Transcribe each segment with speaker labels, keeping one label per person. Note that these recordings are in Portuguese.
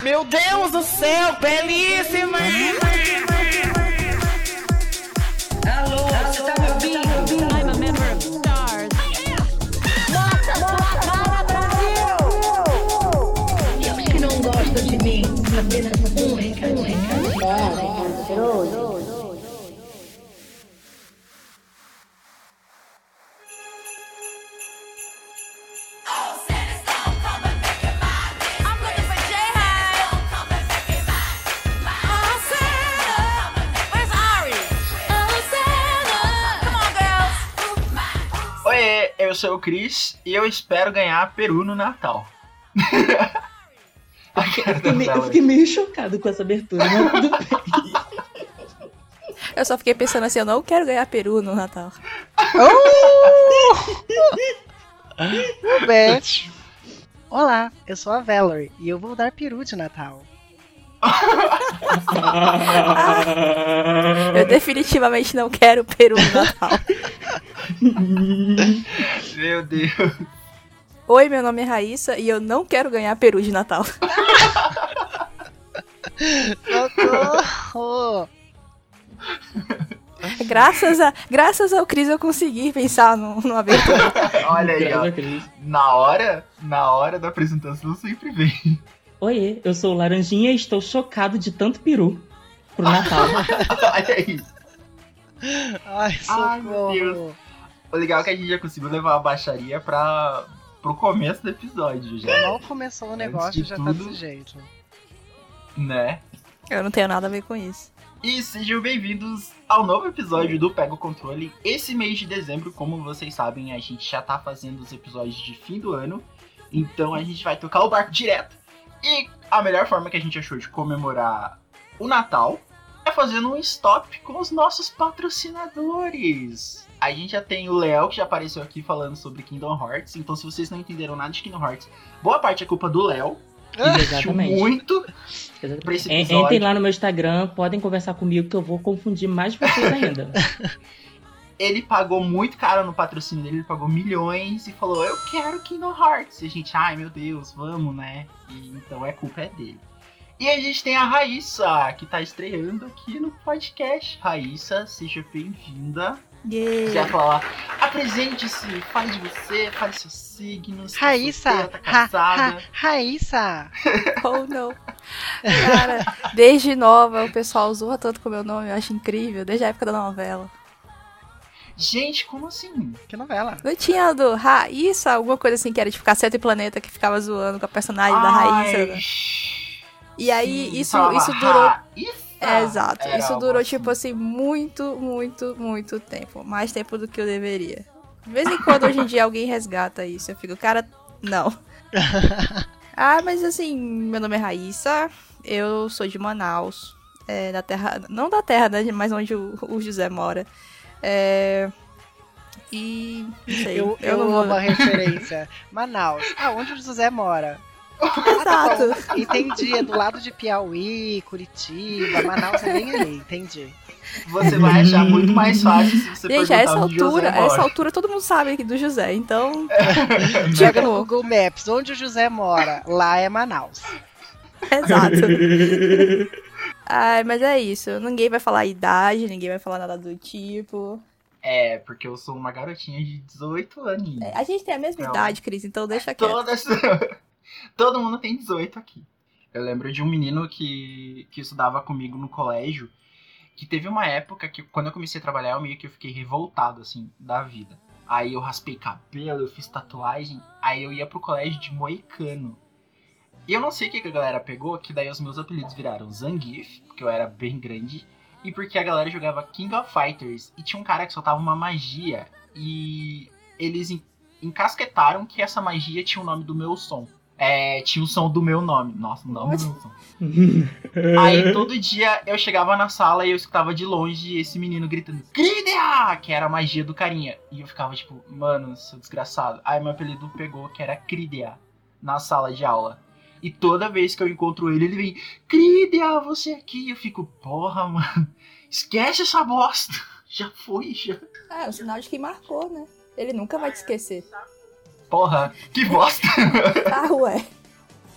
Speaker 1: Meu Deus do céu, belíssima!
Speaker 2: Alô, você tá me ouvindo?
Speaker 3: I'm a member of stars.
Speaker 2: E os que não gostam de mim? Apenas um recadinho.
Speaker 4: Oiê, eu sou o Cris e eu espero ganhar Peru no Natal. A cara da
Speaker 5: Eu me- eu
Speaker 4: Valerie.
Speaker 5: fiquei meio chocado com essa abertura, né? mas tudo bem.
Speaker 6: Eu só fiquei pensando assim, eu não quero ganhar peru no Natal.
Speaker 7: Beth. Olá, eu sou a Valerie e eu vou dar peru de Natal.
Speaker 6: Eu definitivamente não quero peru no Natal.
Speaker 4: Meu Deus.
Speaker 6: Oi, meu nome é Raíssa e eu não quero ganhar peru de Natal.
Speaker 7: Socorro!
Speaker 6: Graças, a, graças ao Cris eu consegui pensar no, numa abertura.
Speaker 4: Olha aí,
Speaker 5: Graças
Speaker 4: ó.
Speaker 5: a Cristo.
Speaker 4: Na hora, na hora da apresentação sempre vem.
Speaker 5: Oiê, eu sou o Laranjinha e estou chocado de tanto peru pro Natal.
Speaker 4: Olha aí.
Speaker 7: Ai,
Speaker 4: Ai, meu
Speaker 7: socorro!
Speaker 4: O legal é que a gente já conseguiu levar a baixaria pra, pro começo do episódio já,
Speaker 7: Mal começou o
Speaker 4: Antes
Speaker 7: negócio
Speaker 4: de
Speaker 7: já tá
Speaker 4: tudo.
Speaker 7: desse jeito.
Speaker 4: né?
Speaker 6: Eu não tenho nada a ver com isso.
Speaker 4: E sejam bem-vindos ao novo episódio do Pega o Controle. Esse mês de dezembro, como vocês sabem, a gente já tá fazendo os episódios de fim do ano. Então a gente vai tocar o barco direto. E a melhor forma que a gente achou de comemorar o Natal é fazendo um stop com os nossos patrocinadores. A gente já tem o Léo, que já apareceu aqui falando sobre Kingdom Hearts. Então, se vocês não entenderam nada de Kingdom Hearts, boa parte é culpa do Léo. que assistiu
Speaker 5: Exatamente.
Speaker 4: muito.
Speaker 5: Exatamente.
Speaker 4: pra esse
Speaker 5: En-
Speaker 4: episódio.
Speaker 5: Entrem lá no meu Instagram, podem conversar comigo que eu vou confundir mais vocês ainda.
Speaker 4: ele pagou muito caro no patrocínio dele, ele pagou milhões e falou, eu quero Kingdom Hearts. E a gente, ai meu Deus, vamos, né? E, então é culpa é dele. E a gente tem a Raíssa, que tá estreando aqui no podcast. Raíssa, seja bem-vinda.
Speaker 6: Yeah.
Speaker 4: Quer falar? Apresente-se, fale de você, fale seus signos. tá
Speaker 7: Raíssa!
Speaker 4: solteira, Tá
Speaker 7: Ha,
Speaker 4: casada.
Speaker 7: ha, Raíssa!
Speaker 6: Oh, não. Cara, desde nova o pessoal zoa tanto com o meu nome, eu acho incrível, desde a época da novela.
Speaker 4: Gente, como assim?
Speaker 7: Que novela!
Speaker 6: Não tinha a do Raíssa, alguma coisa assim que era de ficar Seta e Planeta, que ficava zoando com a personagem da Raíssa. né? E aí, isso- isso durou- É, exato. Isso durou, tipo assim, muito, muito, muito tempo. Mais tempo do que eu deveria. De vez em quando, hoje em dia, alguém resgata isso. Eu fico, cara, não. ah, mas assim, meu nome é Raíssa. Eu sou de Manaus. é, da terra. Não da terra, né? Mas onde o, o José mora. É. E. Não sei.
Speaker 7: Eu, eu,
Speaker 6: não
Speaker 7: amo
Speaker 6: vou.
Speaker 7: a referência. Manaus. Ah, onde o José mora?
Speaker 6: Exato.
Speaker 7: Entendi, é do lado de Piauí, Curitiba, Manaus é bem ali, entendi.
Speaker 4: Você vai achar muito mais fácil se você
Speaker 6: Gente, a
Speaker 4: perguntar
Speaker 6: essa
Speaker 4: onde José
Speaker 6: altura, a
Speaker 4: mora.
Speaker 6: essa altura todo mundo sabe aqui do José, então.
Speaker 7: Joga no
Speaker 6: tipo,
Speaker 7: Google Maps, onde o José mora? Lá é Manaus.
Speaker 6: exato. Ai, mas é isso. Ninguém vai falar idade, ninguém vai falar nada do tipo.
Speaker 4: É, porque eu sou uma garotinha de 18 aninhos.
Speaker 6: É, A gente tem a mesma
Speaker 4: Não.
Speaker 6: idade, Cris, então deixa quieto.
Speaker 4: Todas... Todo mundo tem 18 aqui. Eu lembro de um menino que, que estudava comigo no colégio, que teve uma época que quando eu comecei a trabalhar, eu meio que eu fiquei revoltado, assim, da vida. Aí eu raspei cabelo, eu fiz tatuagem, aí eu ia pro colégio de moicano. E eu não sei o que, que a galera pegou, que daí os meus apelidos viraram Zangief, porque eu era bem grande, e porque a galera jogava King of Fighters, e tinha um cara que soltava uma magia, e eles en- encasquetaram que essa magia tinha o nome do meu som. É, tinha o som do meu nome. Nossa, não do meu som. Aí todo dia eu chegava na sala e eu escutava de longe esse menino gritando Gridea! Que era a magia do carinha. E eu ficava tipo, mano, seu desgraçado. Aí meu apelido pegou que era Cridea na sala de aula. E toda vez que eu encontro ele, ele vem Cridea, você aqui. Eu fico, porra, mano, esquece essa bosta. Já foi, já.
Speaker 6: Ah, é um sinal de que marcou, né? Ele nunca vai te esquecer.
Speaker 4: Porra, que bosta.
Speaker 6: Ah, Tá, ué.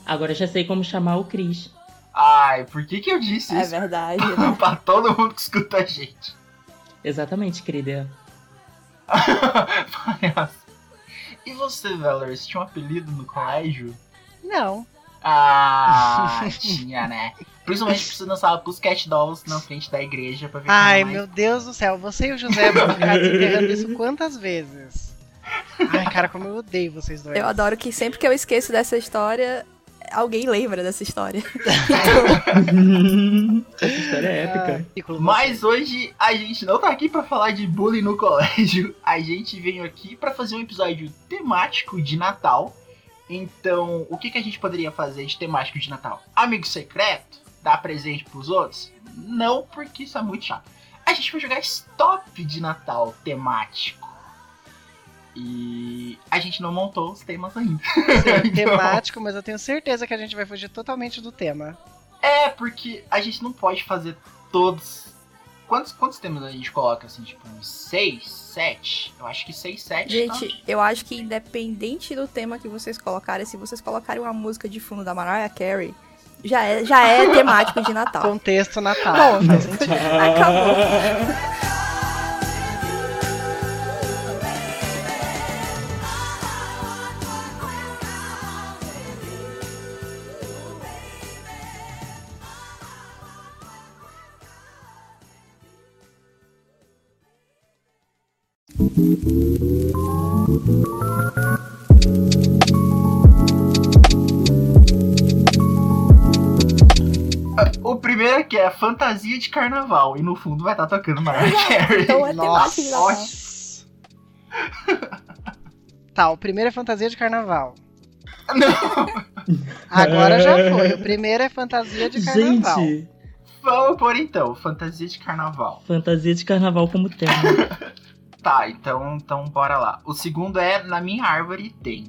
Speaker 5: Agora já sei como chamar o Cris.
Speaker 4: Ai, por que que eu disse
Speaker 6: É
Speaker 4: isso?
Speaker 6: verdade, né?
Speaker 4: pra todo mundo que escuta a gente.
Speaker 5: Exatamente, querida.
Speaker 4: Palhaço. E você, Valerie, você tinha um apelido no colégio?
Speaker 7: Não.
Speaker 4: Ah, tinha, né? Principalmente porque você dançava pros cat dolls na frente da igreja pra ver quem
Speaker 7: Ai,
Speaker 4: mais-
Speaker 7: meu Deus do céu, você e o José vão ficar desenterrando isso quantas vezes? Ai, cara, como eu odeio vocês dois.
Speaker 6: Eu adoro que sempre que eu esqueço dessa história, alguém lembra dessa história.
Speaker 5: Essa história é épica.
Speaker 7: Ridículo, você.
Speaker 4: Mas hoje a gente não tá aqui pra falar de bullying no colégio. A gente veio aqui pra fazer um episódio temático de Natal. Então, o que, que a gente poderia fazer de temático de Natal? Amigo secreto? Dar presente pros outros? Não, porque isso é muito chato. A gente vai jogar stop de Natal temático. E a gente não montou os temas ainda.
Speaker 7: Sim,
Speaker 4: Então-
Speaker 7: É temático, mas eu tenho certeza que a gente vai fugir totalmente do tema.
Speaker 4: É, porque a gente não pode fazer todos. Quantos, quantos temas a gente coloca, assim, tipo, uns seis, sete? Eu acho que seis,
Speaker 6: É
Speaker 4: sete. tá?
Speaker 6: Gente, eu acho que independente do tema que vocês colocarem, se vocês colocarem uma música de fundo da Mariah Carey, já é, já é temático de Natal.
Speaker 7: Contexto Natal.
Speaker 6: Bom,
Speaker 7: faz sentido.
Speaker 6: Acabou.
Speaker 4: O primeiro que é fantasia de carnaval. E no fundo vai estar tocando Mariah Carey.
Speaker 6: Então é temático né? de Natal.
Speaker 7: Nossa. Tá, o primeiro é fantasia de carnaval.
Speaker 4: Não,
Speaker 7: Agora já foi. O primeiro é fantasia de carnaval.
Speaker 5: Gente,
Speaker 4: vamos por então. Fantasia de carnaval.
Speaker 5: fantasia de carnaval como tema.
Speaker 4: Tá, então, então bora lá. O segundo é Na Minha Árvore Tem.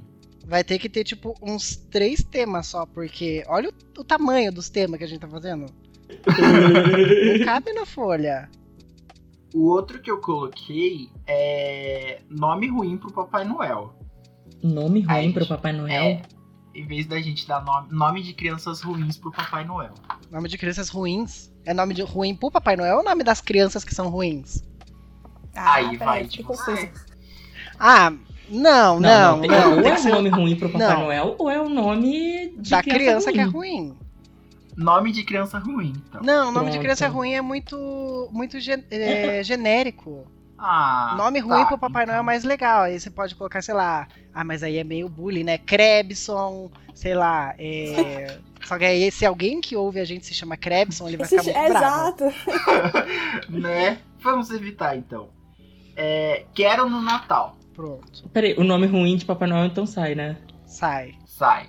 Speaker 7: Vai ter que ter, tipo, uns três temas só, porque olha o, o tamanho dos temas que a gente tá fazendo. Não cabe na folha.
Speaker 4: O outro que eu coloquei é Nome Ruim pro Papai Noel.
Speaker 5: Nome
Speaker 4: Ai, é.
Speaker 5: ruim
Speaker 4: gente.
Speaker 5: pro Papai Noel?
Speaker 4: Em vez da gente dar nome, nome de crianças ruins pro Papai Noel.
Speaker 7: Nome de crianças ruins. É nome de ruim pro Papai Noel ou é o nome das crianças que são ruins?
Speaker 6: Ah,
Speaker 4: Aí
Speaker 6: peraí,
Speaker 4: vai,
Speaker 6: eu fiquei
Speaker 4: tipo,
Speaker 6: confusa.
Speaker 7: Ah, não, não, não.
Speaker 5: tem-
Speaker 7: não,
Speaker 5: Ou
Speaker 7: Tem
Speaker 5: é
Speaker 7: que
Speaker 5: um
Speaker 7: ser
Speaker 5: nome ruim pro Papai
Speaker 7: Não.
Speaker 5: Noel, ou é o nome de
Speaker 7: da criança que é
Speaker 5: ruim.
Speaker 7: ruim.
Speaker 4: Nome de criança ruim, então.
Speaker 7: Não, nome de
Speaker 5: Pronto.
Speaker 7: criança ruim é muito, muito gen- é, genérico.
Speaker 4: Ah,
Speaker 7: nome ruim
Speaker 4: tá,
Speaker 7: pro Papai Noel é
Speaker 4: então.
Speaker 7: mais legal. Aí você pode colocar, sei lá. Ah, mas aí é meio bullying, né? Krebson, sei lá. é, Só que aí, se alguém que ouve a gente se chama Krebson, ele vai ficar
Speaker 6: Esse-
Speaker 7: muito bravo.
Speaker 6: Exato.
Speaker 4: Né? Vamos evitar, então. É, quero no Natal.
Speaker 7: Pronto,
Speaker 5: Peraí, o nome ruim de Papai Noel então sai, né?
Speaker 7: sai.
Speaker 4: Sai.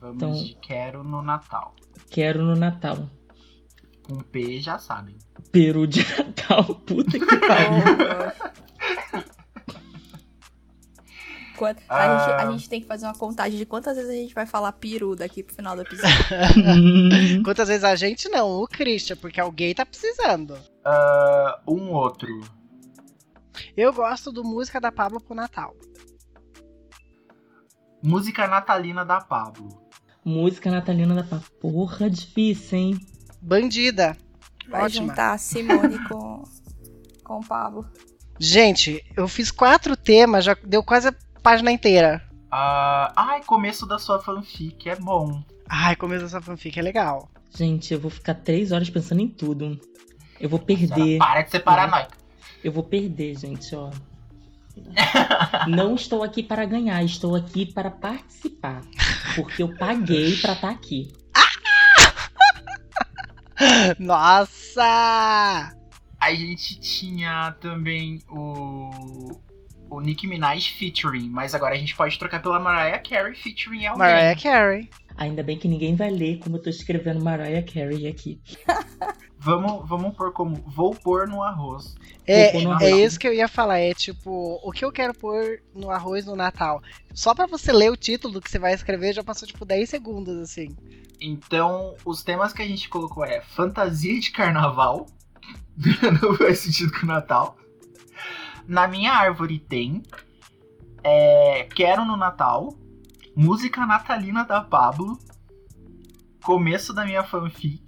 Speaker 4: Vamos
Speaker 5: Então-
Speaker 4: de quero no Natal.
Speaker 5: Quero no Natal.
Speaker 4: Com P, já sabem.
Speaker 5: Peru de Natal, puta que pariu.
Speaker 6: Quant-
Speaker 4: Ah.
Speaker 6: a, gente, a gente tem que fazer uma contagem de quantas vezes a gente vai falar peru daqui pro final do episódio.
Speaker 5: Hum,
Speaker 7: Quantas vezes a gente não, o Christian, porque alguém tá precisando.
Speaker 4: Ah, um outro.
Speaker 7: Eu gosto do música da Pablo pro Natal.
Speaker 4: Música natalina da Pablo.
Speaker 5: Música natalina da pa- porra difícil, hein?
Speaker 7: Bandida.
Speaker 6: Vai
Speaker 7: Ótima.
Speaker 6: juntar Simone com, com o Pablo.
Speaker 7: Gente, eu fiz quatro temas, já deu quase a página inteira.
Speaker 4: Ah, ai, começo da sua fanfic, é bom.
Speaker 7: Ai, começo dessa fanfic, é legal.
Speaker 5: Gente, eu vou ficar três horas pensando em tudo. Eu vou
Speaker 4: Senhora,
Speaker 5: perder.
Speaker 4: Para de ser paranoica.
Speaker 5: Eu vou perder, gente, ó. Não estou aqui para ganhar, estou aqui para participar. Porque eu paguei pra estar aqui.
Speaker 7: Nossa!
Speaker 6: Tá
Speaker 4: A gente tinha também o. O Nick Minaj featuring, mas agora a gente pode trocar pela Mariah Carey featuring alguém.
Speaker 7: Mariah Carey.
Speaker 5: Ainda bem que ninguém vai ler como eu tô escrevendo Mariah Carey aqui.
Speaker 4: Vamos, vamos pôr como vou pôr no arroz.
Speaker 7: É,
Speaker 5: Vou pôr no
Speaker 7: é
Speaker 5: arroz.
Speaker 7: isso que eu ia falar. É tipo, o que eu quero pôr no arroz no Natal? Só pra você ler o título que você vai escrever já passou tipo 10 segundos, assim.
Speaker 4: Então, os temas que a gente colocou é fantasia de carnaval. Não faz sentido com o Natal. Na minha árvore tem. é, quero no Natal. Música natalina da Pablo. começo da minha fanfic,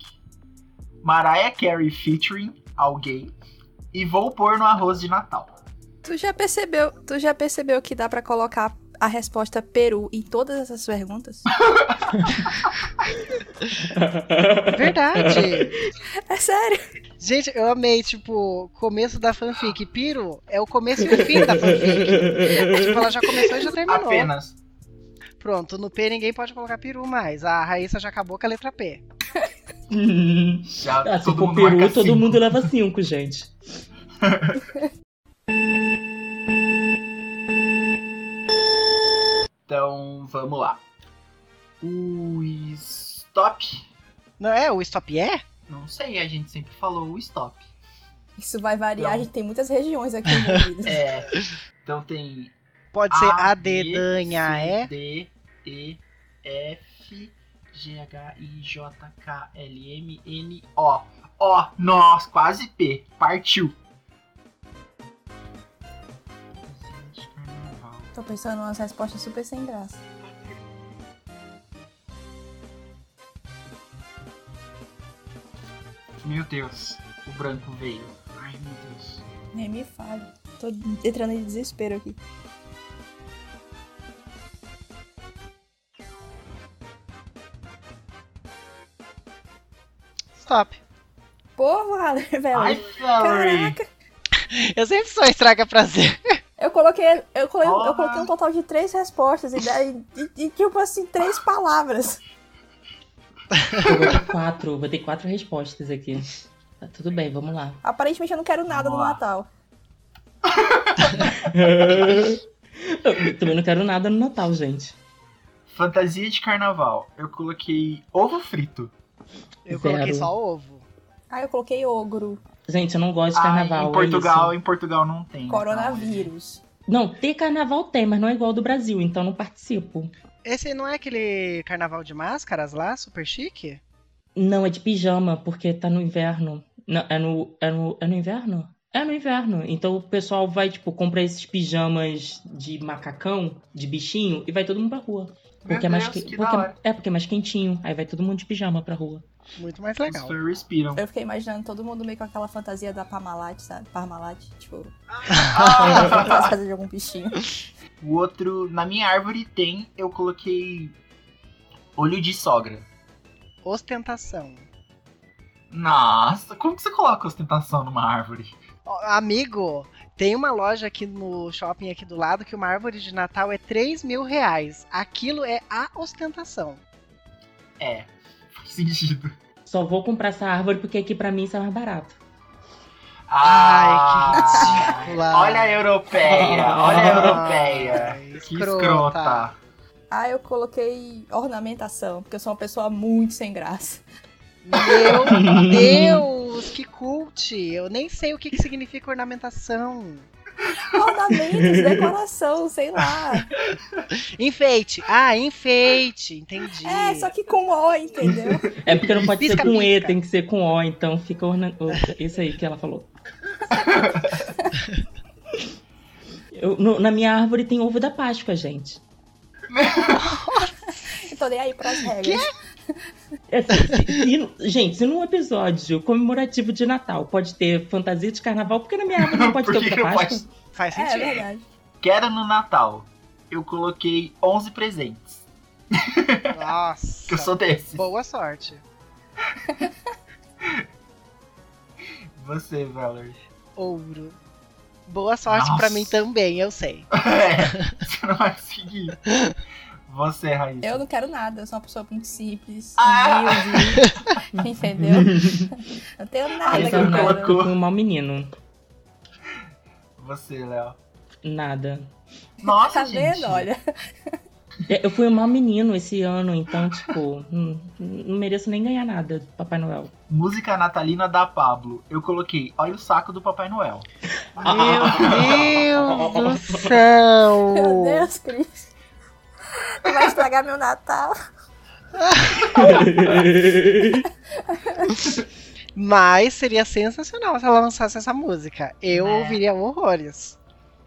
Speaker 4: Mariah Carey featuring alguém e vou pôr no arroz de Natal.
Speaker 6: Tu já percebeu, tu já percebeu que dá pra colocar a resposta Peru em todas essas perguntas?
Speaker 7: Verdade.
Speaker 6: É sério.
Speaker 7: Gente, eu amei, tipo, começo da fanfic. Piro é o começo e o fim da fanfic. tipo, ela já começou e já terminou.
Speaker 4: Apenas.
Speaker 7: Pronto, no P ninguém pode colocar peru mais. A Raíssa já acabou com a letra P.
Speaker 5: Hum.
Speaker 4: Já
Speaker 5: Ah, se
Speaker 4: todo
Speaker 5: for
Speaker 4: mundo
Speaker 5: peru,
Speaker 4: marca
Speaker 5: todo
Speaker 4: cinco.
Speaker 5: mundo leva cinco, gente.
Speaker 4: Então, vamos lá. O stop.
Speaker 7: Não é? O stop é?
Speaker 4: Não sei, a gente sempre falou o stop.
Speaker 6: Isso vai variar,
Speaker 4: Não.
Speaker 6: a gente tem muitas regiões aqui envolvidas.
Speaker 4: É. Então tem
Speaker 7: Pode ser
Speaker 5: Ah,
Speaker 4: A,
Speaker 7: a
Speaker 4: B,
Speaker 7: dedanha
Speaker 4: C,
Speaker 7: é?
Speaker 4: D, E, F, G, H, I, J, K, L, M, N, O. Ó, nós, quase P. Partiu.
Speaker 6: Tô pensando umas respostas super sem graça.
Speaker 4: Meu Deus, o branco veio. Ai, meu Deus.
Speaker 6: Nem me fale. Tô entrando em desespero aqui.
Speaker 7: Stop.
Speaker 6: Porra, né, velho.
Speaker 4: Ai, Valerie.
Speaker 6: É, Caraca.
Speaker 7: Eu sempre sou estraga prazer.
Speaker 6: Eu coloquei, eu coloquei, eu
Speaker 4: Porra.
Speaker 6: coloquei um total de três respostas e, daí- e- e, tipo assim, três palavras.
Speaker 5: Eu vou ter quatro, eu vou ter quatro respostas aqui. Tá tudo bem, vamos lá.
Speaker 6: Aparentemente eu não quero nada no
Speaker 4: Vamos lá.
Speaker 6: Natal.
Speaker 5: Eu também não quero nada no Natal, gente.
Speaker 4: Fantasia de carnaval. Eu coloquei ovo frito.
Speaker 7: Eu
Speaker 5: Zero.
Speaker 7: coloquei só ovo.
Speaker 6: Ah, eu coloquei ogro,
Speaker 5: Gente, eu não gosto de
Speaker 4: Ah,
Speaker 5: carnaval.
Speaker 4: em
Speaker 5: é
Speaker 4: Portugal,
Speaker 5: isso.
Speaker 4: em Portugal não tem. então,
Speaker 6: coronavírus.
Speaker 5: Não, ter carnaval tem, mas não é igual ao do Brasil, então não participo.
Speaker 7: Esse não é aquele carnaval de máscaras lá, super chique?
Speaker 5: Não, é de pijama, porque tá no inverno. Não, é no, é no, é no inverno? É no inverno. Então o pessoal vai, tipo, compra esses pijamas de macacão, de bichinho, e vai todo mundo pra rua.
Speaker 4: Meu
Speaker 5: Porque é mais
Speaker 4: Deus,
Speaker 5: que-
Speaker 4: que da
Speaker 5: porque é-
Speaker 4: hora.
Speaker 5: é, porque é mais quentinho. Aí vai todo mundo de pijama pra rua.
Speaker 7: Muito mais
Speaker 4: Os
Speaker 7: legal.
Speaker 4: furries respiram.
Speaker 6: Eu fiquei imaginando todo mundo meio com aquela fantasia da Parmalat, sabe? Parmalat, tipo,
Speaker 4: Ah!
Speaker 6: fantasia de algum bichinho.
Speaker 4: O outro, na minha árvore tem, eu coloquei olho de sogra.
Speaker 7: Ostentação.
Speaker 4: Nossa, como que você coloca ostentação numa árvore?
Speaker 7: Ó, Amigo, tem uma loja aqui no shopping aqui do lado que uma árvore de Natal é 3 mil reais. Aquilo é a ostentação.
Speaker 4: É, faz sentido.
Speaker 5: Só vou comprar essa árvore porque aqui pra mim isso é mais barato.
Speaker 7: Ai,
Speaker 4: Ah,
Speaker 7: que ridícula.
Speaker 4: Olha a europeia, olha a europeia.
Speaker 7: Ai,
Speaker 4: Que escrota.
Speaker 6: Ah, eu coloquei ornamentação, porque eu sou uma pessoa muito sem graça.
Speaker 7: Meu Deus, que cult. Eu nem sei o que, que significa ornamentação.
Speaker 6: Ornamentos, decoração, sei lá.
Speaker 7: Enfeite. Ah, enfeite. Entendi.
Speaker 6: É, só que com O, entendeu?
Speaker 5: É porque não pode ser
Speaker 7: Pisca,
Speaker 5: com E,
Speaker 7: pisca.
Speaker 5: tem que ser com O, então fica orna... o- isso aí que ela falou. Eu- no- na minha árvore tem ovo da Páscoa, gente.
Speaker 6: Eu tô nem aí pras regras.
Speaker 5: É, se- se- se- gente, se num episódio comemorativo de Natal pode ter fantasia de carnaval, porque na minha árvore não um pode
Speaker 4: Por
Speaker 5: ter
Speaker 4: que
Speaker 5: ovo da
Speaker 4: que não
Speaker 5: Páscoa?
Speaker 4: pode?
Speaker 7: Faz
Speaker 6: É, é
Speaker 7: sentido.
Speaker 6: verdade.
Speaker 4: Quero no Natal. Eu coloquei 11 presentes.
Speaker 7: Nossa.
Speaker 4: Que eu sou desses.
Speaker 7: Boa sorte.
Speaker 4: Você, Valerie.
Speaker 7: Ouro. Boa sorte
Speaker 4: Nossa.
Speaker 7: pra mim também, eu sei.
Speaker 4: É, você não vai conseguir. Você, Raíssa.
Speaker 6: Eu não quero nada, eu sou uma pessoa muito simples,
Speaker 4: Ah!
Speaker 6: humilde, entendeu? Não tenho nada
Speaker 5: Aí
Speaker 6: que
Speaker 4: Essa
Speaker 5: fala,
Speaker 4: não
Speaker 6: eu
Speaker 5: nada,
Speaker 6: quero.
Speaker 4: colocou.
Speaker 5: eu fui um mau menino.
Speaker 4: Você, Léo.
Speaker 5: Nada.
Speaker 4: Nossa,
Speaker 6: Tá
Speaker 4: gente.
Speaker 6: vendo? Olha.
Speaker 5: É, Eu fui um mau menino esse ano, então, tipo, hum, não mereço nem ganhar nada do Papai Noel.
Speaker 4: Música natalina da Pablo. Eu coloquei Olha o saco do Papai Noel.
Speaker 7: Meu Deus do
Speaker 6: Meu
Speaker 7: céu!
Speaker 6: Deus, Cris. Tu vai estragar meu Natal.
Speaker 7: Mas seria sensacional se ela lançasse essa música. Eu
Speaker 4: Né?
Speaker 7: ouviria horrores.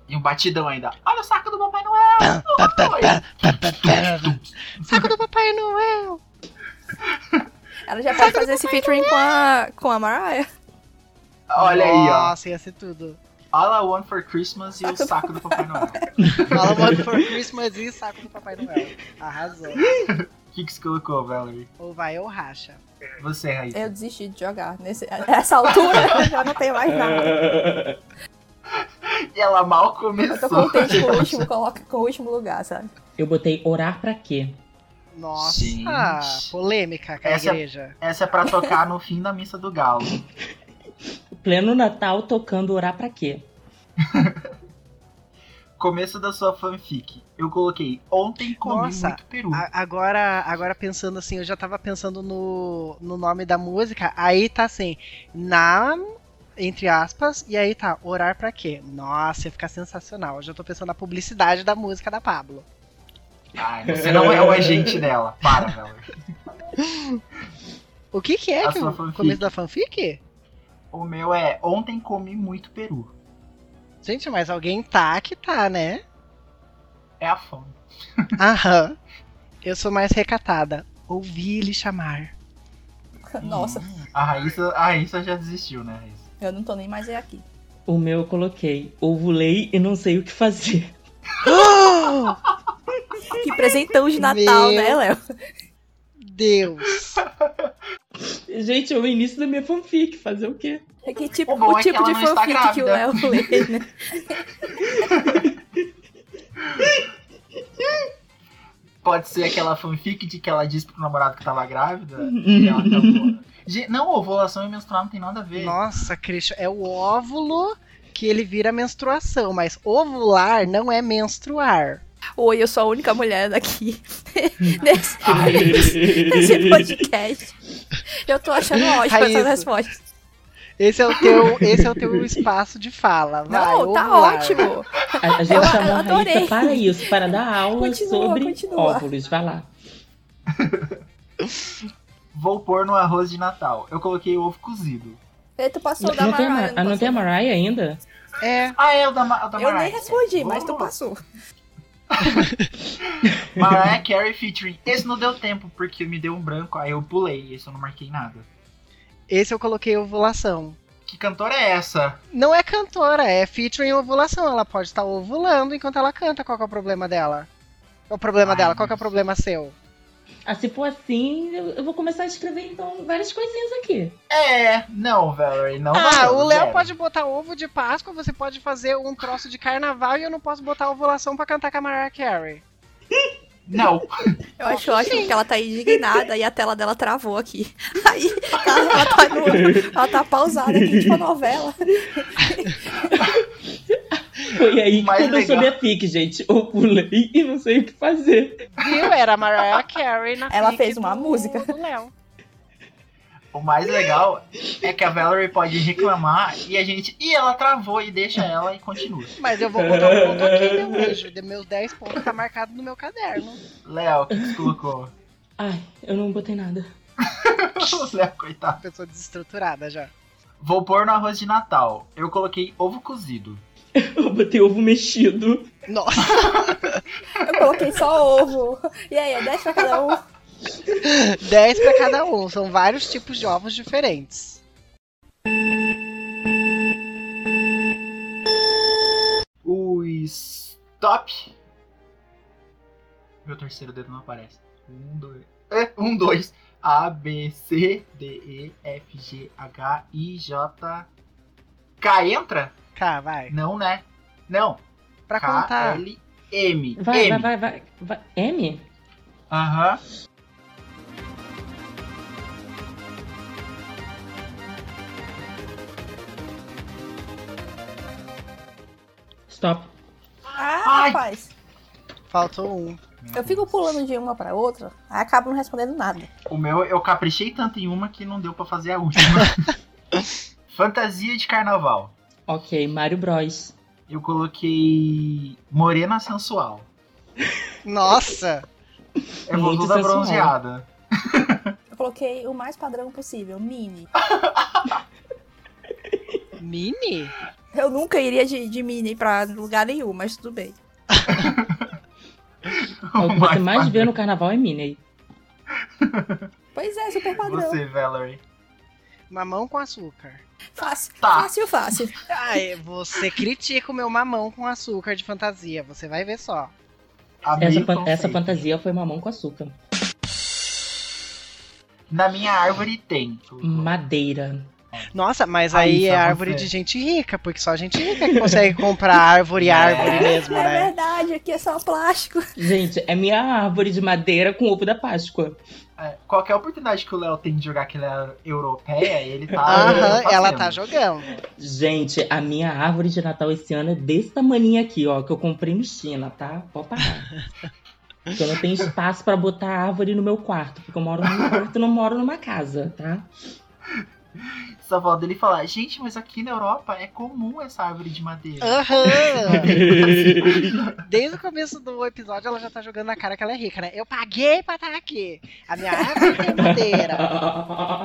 Speaker 4: E um batidão ainda. Olha o saco do Tá, Papai Noel! tá.
Speaker 7: Saco do Papai Noel!
Speaker 6: Ela já pode fazer esse featuring com a, com a Mariah.
Speaker 4: Olha aí, ó.
Speaker 7: Nossa, ia ser tudo.
Speaker 4: All I Want for Christmas e o saco do Papai Noel.
Speaker 7: Fala One for Christmas e saco do Papai Noel. Arrasou.
Speaker 4: O que, que você colocou, Valerie?
Speaker 7: Ou vai ou racha.
Speaker 4: Você, Raíssa.
Speaker 6: Eu desisti de jogar. Nesse, nessa altura eu já não tenho mais
Speaker 4: É,
Speaker 6: nada.
Speaker 4: E ela mal
Speaker 6: Eu tô
Speaker 4: começou.
Speaker 6: contente com o último, coloca, com o último lugar, sabe?
Speaker 5: Eu botei orar pra quê?
Speaker 7: Nossa,
Speaker 4: Gente.
Speaker 7: polêmica com a
Speaker 4: Essa-
Speaker 7: igreja.
Speaker 4: Essa é pra tocar no fim da missa do galo.
Speaker 5: Pleno Natal tocando orar pra quê?
Speaker 4: Começo da sua fanfic. Eu coloquei ontem comi
Speaker 7: Nossa,
Speaker 4: muito peru.
Speaker 7: A- agora, agora pensando assim, eu já tava pensando no, no nome da música, aí tá assim, na entre aspas, e aí tá, orar pra quê? Nossa, ia ficar sensacional. Eu já tô pensando na publicidade da música da Pablo.
Speaker 4: Ai, você não é o agente dela. Para, Valerie.
Speaker 7: O que que é
Speaker 4: A
Speaker 7: que
Speaker 4: sua
Speaker 7: o
Speaker 4: fanfic.
Speaker 7: começo da fanfic?
Speaker 4: O meu é ontem comi muito peru.
Speaker 7: Gente, mas alguém tá que tá, né?
Speaker 4: É a fome.
Speaker 7: Aham. Eu sou mais recatada. Ouvi lhe chamar.
Speaker 6: Nossa,
Speaker 4: A Raíssa, a Raíssa já desistiu, né, Raíssa?
Speaker 6: eu não tô nem mais aí aqui.
Speaker 5: O meu eu coloquei ovulei e não sei o que fazer.
Speaker 6: Que presentão de Natal,
Speaker 7: Meu.
Speaker 6: né, Léo?
Speaker 7: Deus.
Speaker 5: Gente, é o início da minha fanfic, fazer o quê?
Speaker 6: É que tipo,
Speaker 4: O bom
Speaker 6: o
Speaker 4: é que
Speaker 6: tipo
Speaker 4: ela
Speaker 6: de
Speaker 4: não está
Speaker 6: fanfic que o Léo
Speaker 4: grávida.
Speaker 6: lê, né?
Speaker 4: Pode ser aquela fanfic de que ela disse pro namorado que tava grávida. e ela acabou. Gente, não, ovulação e menstruar não tem nada a ver.
Speaker 7: Nossa, Christian, é o óvulo que ele vira menstruação, mas ovular não é menstruar.
Speaker 6: Oi, eu sou a única mulher daqui nesse, nesse podcast. Eu tô achando ótimo
Speaker 7: Raíssa.
Speaker 6: essas respostas.
Speaker 7: Esse é o teu, esse é o teu espaço de fala. Vai,
Speaker 6: Não, tá
Speaker 7: ovular.
Speaker 6: ótimo.
Speaker 5: A, a gente
Speaker 6: Eu-
Speaker 5: chamou
Speaker 6: eu
Speaker 5: a
Speaker 6: adorei.
Speaker 5: Raíssa para isso, para dar aula
Speaker 6: Continua,
Speaker 5: sobre
Speaker 6: continua.
Speaker 5: óvulos. Vai lá.
Speaker 4: Vou pôr no arroz de Natal. Eu coloquei ovo cozido.
Speaker 6: Ei, Tu passou
Speaker 5: Não,
Speaker 6: da
Speaker 5: tem, a Mar-
Speaker 6: Mariah,
Speaker 5: ah, não tem a
Speaker 6: passou?
Speaker 5: Mariah ainda?
Speaker 7: É,
Speaker 4: Ah, é o da, Ma- o da
Speaker 6: Eu
Speaker 4: Mariah.
Speaker 6: nem respondi, mas tu
Speaker 4: Vamos.
Speaker 6: passou.
Speaker 4: Mariah Carey featuring. Esse não deu tempo, porque me deu um branco, aí eu pulei. Esse eu não marquei nada.
Speaker 7: esse eu coloquei ovulação.
Speaker 4: Que cantora é essa?
Speaker 7: Não é cantora, é featuring ovulação. Ela pode estar ovulando enquanto ela canta. Qual que é o problema dela? Qual é o problema
Speaker 4: Ai,
Speaker 7: dela? Qual que é o
Speaker 4: Deus.
Speaker 7: problema seu?
Speaker 5: Ah, se for assim, eu, eu vou começar a escrever então várias coisinhas aqui.
Speaker 4: É, não, Valerie, não.
Speaker 7: Ah,
Speaker 4: valeu,
Speaker 7: o Léo
Speaker 4: zero.
Speaker 7: pode botar ovo de Páscoa, você pode fazer um troço de carnaval e eu não posso botar ovulação pra cantar com a Mariah Carey.
Speaker 4: Não.
Speaker 6: Eu acho ótimo que ela tá indignada e a tela dela travou aqui. Aí ela, ela tá, no- ela tá pausada aqui, tipo a novela.
Speaker 5: Foi aí que
Speaker 4: Mais
Speaker 5: começou
Speaker 4: legal.
Speaker 5: minha fic, gente. Eu pulei e não sei o que fazer.
Speaker 7: Viu? Era a Mariah Carey na
Speaker 6: Ela
Speaker 7: fic
Speaker 6: fez uma
Speaker 7: do-
Speaker 6: música.
Speaker 7: do Léo.
Speaker 4: O mais legal é que a Valerie pode reclamar e a gente. E ela travou e deixa ela e continua.
Speaker 7: Mas eu vou botar um ponto aqui, meu anjo. De Meus 10 pontos tá marcado no meu caderno.
Speaker 4: Léo, o que você colocou?
Speaker 5: Ai, eu não botei nada.
Speaker 4: Léo, coitado.
Speaker 7: Pessoa desestruturada já.
Speaker 4: Vou pôr no arroz de Natal. Eu coloquei ovo cozido.
Speaker 5: Eu botei ovo mexido.
Speaker 7: Nossa,
Speaker 6: Eu coloquei só ovo. E aí, é 10 pra cada um.
Speaker 7: 10 pra cada um. São vários tipos de ovos diferentes.
Speaker 4: Os top. Meu terceiro dedo não aparece. Um, dois. É, um, dois. A, B, C, D, E, F, G, H, I, J. K entra?
Speaker 7: Tá, vai.
Speaker 4: Não, né? Não.
Speaker 7: Pra
Speaker 4: K,
Speaker 7: contar.
Speaker 4: L, M.
Speaker 5: Vai,
Speaker 4: M.
Speaker 5: vai, vai, vai, vai. M?
Speaker 4: Aham.
Speaker 5: Stop.
Speaker 6: Ah,
Speaker 4: Ai.
Speaker 6: rapaz.
Speaker 7: Faltou um.
Speaker 6: Eu fico pulando de uma pra outra, aí acabo não respondendo nada.
Speaker 4: O meu, eu caprichei tanto em uma que não deu pra fazer a última. Fantasia de carnaval.
Speaker 5: Ok, Mario Bros.
Speaker 4: Eu coloquei morena sensual.
Speaker 7: Nossa!
Speaker 4: É vou
Speaker 5: Muito
Speaker 4: toda
Speaker 5: sensual.
Speaker 4: bronzeada.
Speaker 6: Eu coloquei o mais padrão possível, mini.
Speaker 7: Mini?
Speaker 6: Eu nunca iria de, de mini pra lugar nenhum, mas tudo bem.
Speaker 5: É o que você mais vê no carnaval é Minnie.
Speaker 6: Pois é, super padrão.
Speaker 4: Você, Valerie.
Speaker 7: Mamão com açúcar.
Speaker 6: Fácil,
Speaker 4: Tá.
Speaker 6: fácil, fácil.
Speaker 7: Ai, você critica o meu mamão com açúcar de fantasia, você vai ver só.
Speaker 4: Amei
Speaker 5: Essa,
Speaker 4: o
Speaker 5: fan-
Speaker 4: conceito.
Speaker 5: essa fantasia foi mamão com açúcar.
Speaker 4: Na minha árvore tem. tipo,
Speaker 5: Madeira.
Speaker 7: Nossa, mas
Speaker 4: Ah,
Speaker 7: aí
Speaker 4: isso
Speaker 7: é
Speaker 4: é
Speaker 7: árvore
Speaker 4: você.
Speaker 7: de gente rica, porque só gente rica que consegue comprar árvore, árvore mesmo,
Speaker 6: É
Speaker 7: né?
Speaker 6: verdade, aqui é só plástico.
Speaker 5: Gente, é minha árvore de madeira com ovo da Páscoa.
Speaker 4: É, qualquer oportunidade que o Léo tem de jogar que ele é europeia, ele tá.
Speaker 7: Aham,
Speaker 4: fazendo.
Speaker 7: ela tá jogando.
Speaker 5: Gente, a minha árvore de Natal esse ano é desse tamanho aqui, ó, que eu comprei no China, tá? Pode parar. Porque eu não tenho espaço pra botar árvore no meu quarto, porque eu moro num quarto, não moro numa casa, tá?
Speaker 4: Só falta dele falar, gente, mas aqui na Europa é comum essa árvore de madeira.
Speaker 7: Ah. Aham. Desde o começo do episódio ela já tá jogando na cara que ela é rica, né? Eu paguei pra estar aqui. A minha árvore tem madeira.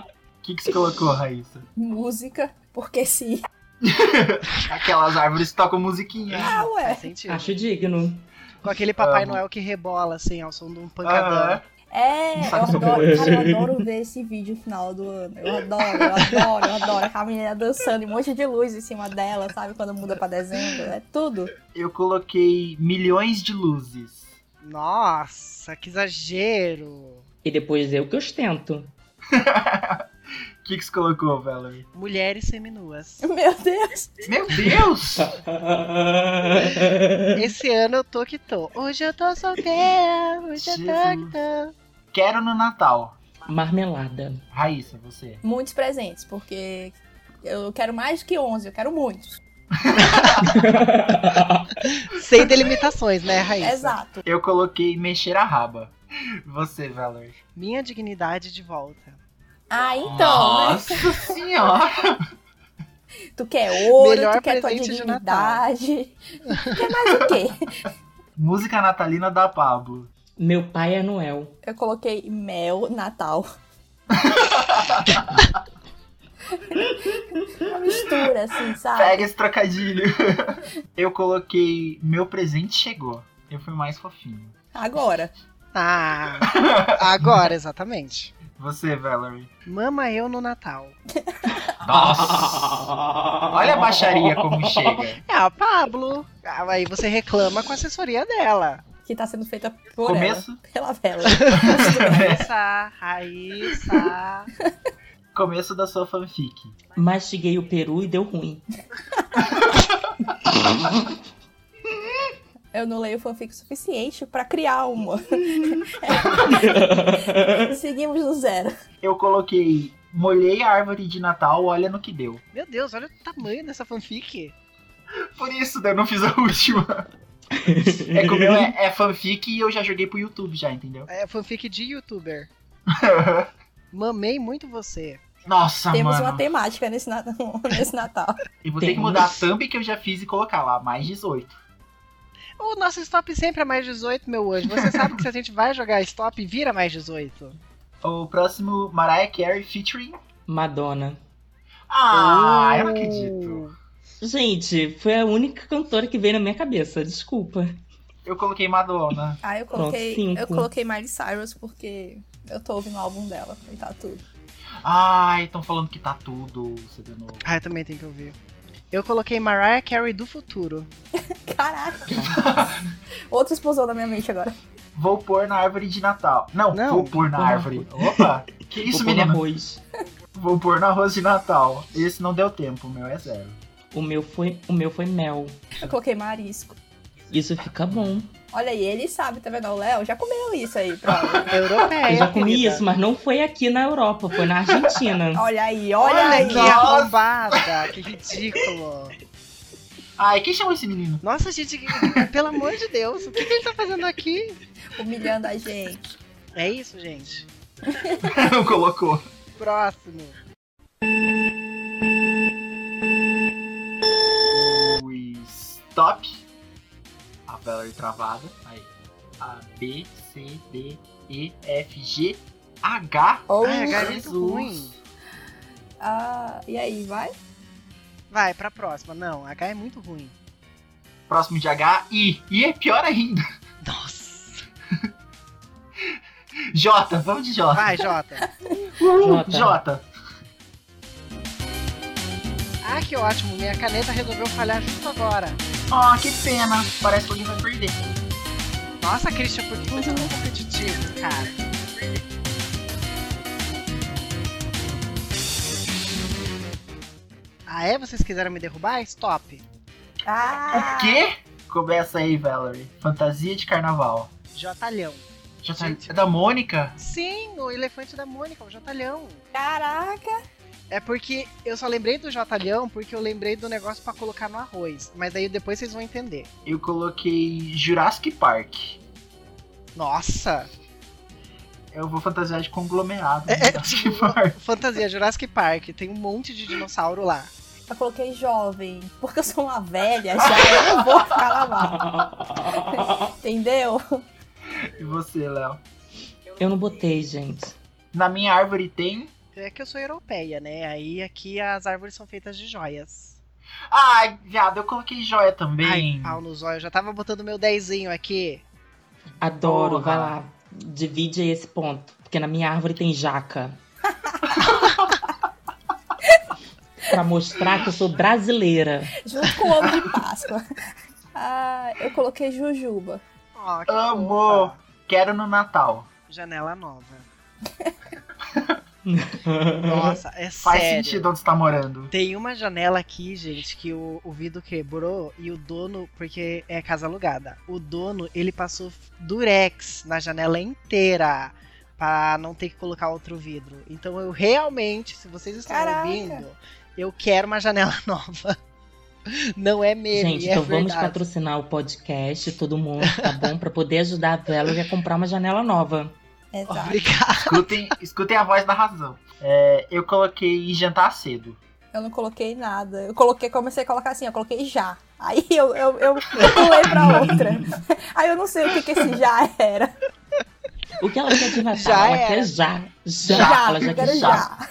Speaker 4: O que, que você colocou, Raíssa?
Speaker 6: Música, porque sim.
Speaker 4: Aquelas árvores que tocam musiquinha.
Speaker 6: Ah, ué.
Speaker 7: Faz sentido.
Speaker 5: Acho digno.
Speaker 7: Com aquele Papai
Speaker 4: Amo.
Speaker 7: Noel que rebola, assim, ao som de um pancadão.
Speaker 4: Aham.
Speaker 6: É, eu
Speaker 4: Sabe
Speaker 6: adoro,
Speaker 5: sobre-
Speaker 6: cara, eu adoro ver esse vídeo no final do ano. Eu adoro, eu adoro, eu adoro. A menina dançando e um monte de luz em cima dela, sabe? Quando muda pra dezembro. É tudo.
Speaker 4: Eu coloquei milhões de luzes.
Speaker 7: Nossa, que exagero.
Speaker 5: E depois eu que ostento.
Speaker 4: O que, que você colocou, Valerie?
Speaker 7: Mulheres seminuas.
Speaker 6: Meu Deus.
Speaker 4: Meu Deus!
Speaker 7: Esse ano eu tô que tô. Hoje eu tô solteira, hoje eu tô que tô.
Speaker 4: Quero no Natal.
Speaker 5: Marmelada.
Speaker 4: Raíssa, você.
Speaker 6: Muitos presentes, porque eu quero mais que 11, eu quero muitos.
Speaker 7: Sem delimitações, né, Raíssa?
Speaker 6: Exato.
Speaker 4: Eu coloquei mexer a raba. Você, Valerie.
Speaker 7: Minha dignidade de volta.
Speaker 6: Ah, então, né?
Speaker 4: Nossa senhora!
Speaker 6: Tu quer ouro,
Speaker 7: Melhor
Speaker 6: tu quer tua
Speaker 7: presente de Natal.
Speaker 6: dignidade. Tu quer mais o quê?
Speaker 4: Música natalina da Pablo.
Speaker 5: Meu pai é Noel.
Speaker 6: Eu coloquei mel, Natal. Uma mistura, assim, sabe?
Speaker 4: Pega esse trocadilho. Eu coloquei meu presente chegou. Eu fui mais fofinho.
Speaker 6: Agora.
Speaker 7: Ah, agora, exatamente.
Speaker 4: Você, Valerie.
Speaker 7: Mama eu no Natal.
Speaker 4: Olha a baixaria como chega.
Speaker 7: É a Pablo. Ah, Aí você reclama com a assessoria dela.
Speaker 6: que tá sendo feita por
Speaker 4: Começo,
Speaker 6: ela, pela vela.
Speaker 7: Raíssa, Raíssa.
Speaker 4: começo da sua fanfic.
Speaker 5: Mastiguei o peru e deu ruim.
Speaker 6: Eu não leio fanfic o suficiente pra criar uma. Seguimos no zero.
Speaker 4: Eu coloquei molhei a árvore de Natal, olha no que deu.
Speaker 7: Meu Deus, olha o tamanho dessa fanfic.
Speaker 4: Por isso né, eu não fiz a última. É que o meu é, é fanfic e eu já joguei pro YouTube já, entendeu?
Speaker 7: É fanfic de youtuber. Mamei muito você.
Speaker 4: Nossa,
Speaker 7: Ah,
Speaker 6: Temos
Speaker 4: mano.
Speaker 6: uma temática nesse, na- nesse Natal.
Speaker 4: E vou ter que
Speaker 5: Temos.
Speaker 4: mudar a thumb que eu já fiz e colocar lá, mais 18.
Speaker 7: O nosso stop sempre é mais 18, meu anjo. Você sabe que se a gente vai jogar stop, vira mais 18.
Speaker 4: O próximo, Mariah Carey featuring.
Speaker 5: Madonna.
Speaker 4: Ah, eu não
Speaker 7: Oh.
Speaker 4: acredito.
Speaker 5: Gente, foi a única cantora que veio na minha cabeça, desculpa.
Speaker 4: Eu coloquei Madonna.
Speaker 6: Ah, eu
Speaker 5: Pronto,
Speaker 6: coloquei,
Speaker 5: cinco.
Speaker 6: eu coloquei Miley Cyrus porque eu tô ouvindo o álbum dela e tá tudo.
Speaker 4: Ai, estão falando que tá tudo, CD novo.
Speaker 7: Ah, eu também tenho que ouvir. Eu coloquei Mariah Carey do futuro.
Speaker 6: Caraca! Outra explosão na minha mente agora.
Speaker 4: Vou pôr na árvore de Natal. Não,
Speaker 7: Não,
Speaker 4: vou pôr na
Speaker 5: vou pôr na
Speaker 4: árvore. Opa, que isso,
Speaker 5: Vou pôr no
Speaker 4: menino?
Speaker 5: arroz.
Speaker 4: Vou pôr na arroz de Natal. Esse não deu tempo, o meu é zero.
Speaker 5: O meu foi, o meu foi mel.
Speaker 6: Eu coloquei marisco.
Speaker 5: Isso fica bom.
Speaker 6: Olha aí, ele sabe, tá vendo? O Léo já comeu isso aí, prova.
Speaker 7: Europeia.
Speaker 5: eu já comi
Speaker 7: É, querida.
Speaker 5: isso, mas não foi aqui na Europa, foi na Argentina.
Speaker 6: Olha aí, olha,
Speaker 7: Olha,
Speaker 6: aí.
Speaker 7: que
Speaker 4: Nossa.
Speaker 7: arrombada, que ridículo.
Speaker 4: Ai, quem chamou esse menino?
Speaker 7: Nossa, gente, pelo amor de Deus, o que, que ele tá fazendo aqui?
Speaker 6: Humilhando a gente.
Speaker 7: É isso, gente.
Speaker 4: Não colocou.
Speaker 7: Próximo.
Speaker 4: Os top. A Valerie travada. Aí. A, B, C, D, E, F, G, H.
Speaker 6: Ou
Speaker 7: Ai, H é muito
Speaker 4: Jesus.
Speaker 7: ruim.
Speaker 6: Ah, e aí, vai?
Speaker 7: Vai, pra próxima. Não, H é muito ruim.
Speaker 4: Próximo de H, I. I é pior ainda.
Speaker 7: Nossa.
Speaker 4: Jota, vamos de Jota.
Speaker 7: Vai, Jota.
Speaker 4: Uhul,
Speaker 5: Jota.
Speaker 4: Jota.
Speaker 7: Ah, que ótimo, minha caneta resolveu falhar justo agora.
Speaker 4: Ah, que pena. Parece que alguém vai perder.
Speaker 7: Nossa, Christian, por que você é tão competitivo, cara? Ah, é? Vocês quiseram me derrubar? Stop.
Speaker 6: Ah,
Speaker 4: O quê? Começa aí, Valerie. Fantasia de carnaval.
Speaker 7: Jotalhão.
Speaker 4: Já tá...
Speaker 7: Gente.
Speaker 4: É da Mônica?
Speaker 7: Sim, o elefante da Mônica, o Jotalhão.
Speaker 6: Caraca.
Speaker 7: É porque eu só lembrei do Jotalhão porque eu lembrei do negócio pra colocar no arroz. Mas aí depois vocês vão entender.
Speaker 4: Eu coloquei Jurassic Park.
Speaker 7: Nossa!
Speaker 4: Eu vou fantasiar de conglomerado.
Speaker 7: É, é,
Speaker 4: Jurassic
Speaker 7: tipo,
Speaker 4: Park.
Speaker 7: fantasia Jurassic Park, tem um monte de dinossauro lá.
Speaker 8: Eu coloquei jovem, porque eu sou uma velha já, eu não vou ficar lá mal, entendeu?
Speaker 4: E você, Léo?
Speaker 5: Eu não botei, gente.
Speaker 4: Na minha árvore tem.
Speaker 7: É que eu sou europeia, né? Aí aqui as árvores são feitas de joias.
Speaker 4: Ai, viado, eu coloquei joia
Speaker 7: Ai,
Speaker 4: também.
Speaker 7: pau no zóio, eu já tava botando meu dezinho aqui.
Speaker 5: Adoro,
Speaker 4: Porra.
Speaker 5: vai lá. Divide aí esse ponto. Porque na minha árvore tem jaca. pra mostrar que eu sou brasileira.
Speaker 8: Junto com o ovo de Páscoa. Ah, eu coloquei jujuba.
Speaker 7: Ó, que
Speaker 4: Amor.
Speaker 7: fofa.
Speaker 4: Quero no Natal.
Speaker 7: Janela nova. Nossa, é
Speaker 4: Faz
Speaker 7: sério.
Speaker 4: sentido onde você tá morando.
Speaker 7: Tem uma janela aqui, gente, que o, o vidro quebrou e o dono, porque é casa alugada, o dono ele passou durex na janela inteira pra não ter que colocar outro vidro. Então eu realmente, se vocês estão
Speaker 8: Caraca.
Speaker 7: ouvindo, eu quero uma janela nova. Não é meme,
Speaker 5: gente,
Speaker 7: é
Speaker 5: então vamos
Speaker 7: verdade.
Speaker 5: patrocinar o podcast, todo mundo, tá bom? Pra poder ajudar a Valerie a comprar uma janela nova.
Speaker 8: Exato.
Speaker 7: Obrigado.
Speaker 4: Escutem, escutem a voz da razão. É, eu coloquei jantar cedo.
Speaker 8: Eu não coloquei nada. Eu coloquei, comecei a colocar assim, eu coloquei já. Aí eu, eu, eu pulei pra outra. Aí eu não sei o que, que esse já era.
Speaker 5: O que ela quer de Natal?
Speaker 7: Já
Speaker 5: ela
Speaker 7: era.
Speaker 5: quer já. Já. ela já
Speaker 8: eu quero
Speaker 5: quer já.
Speaker 8: já.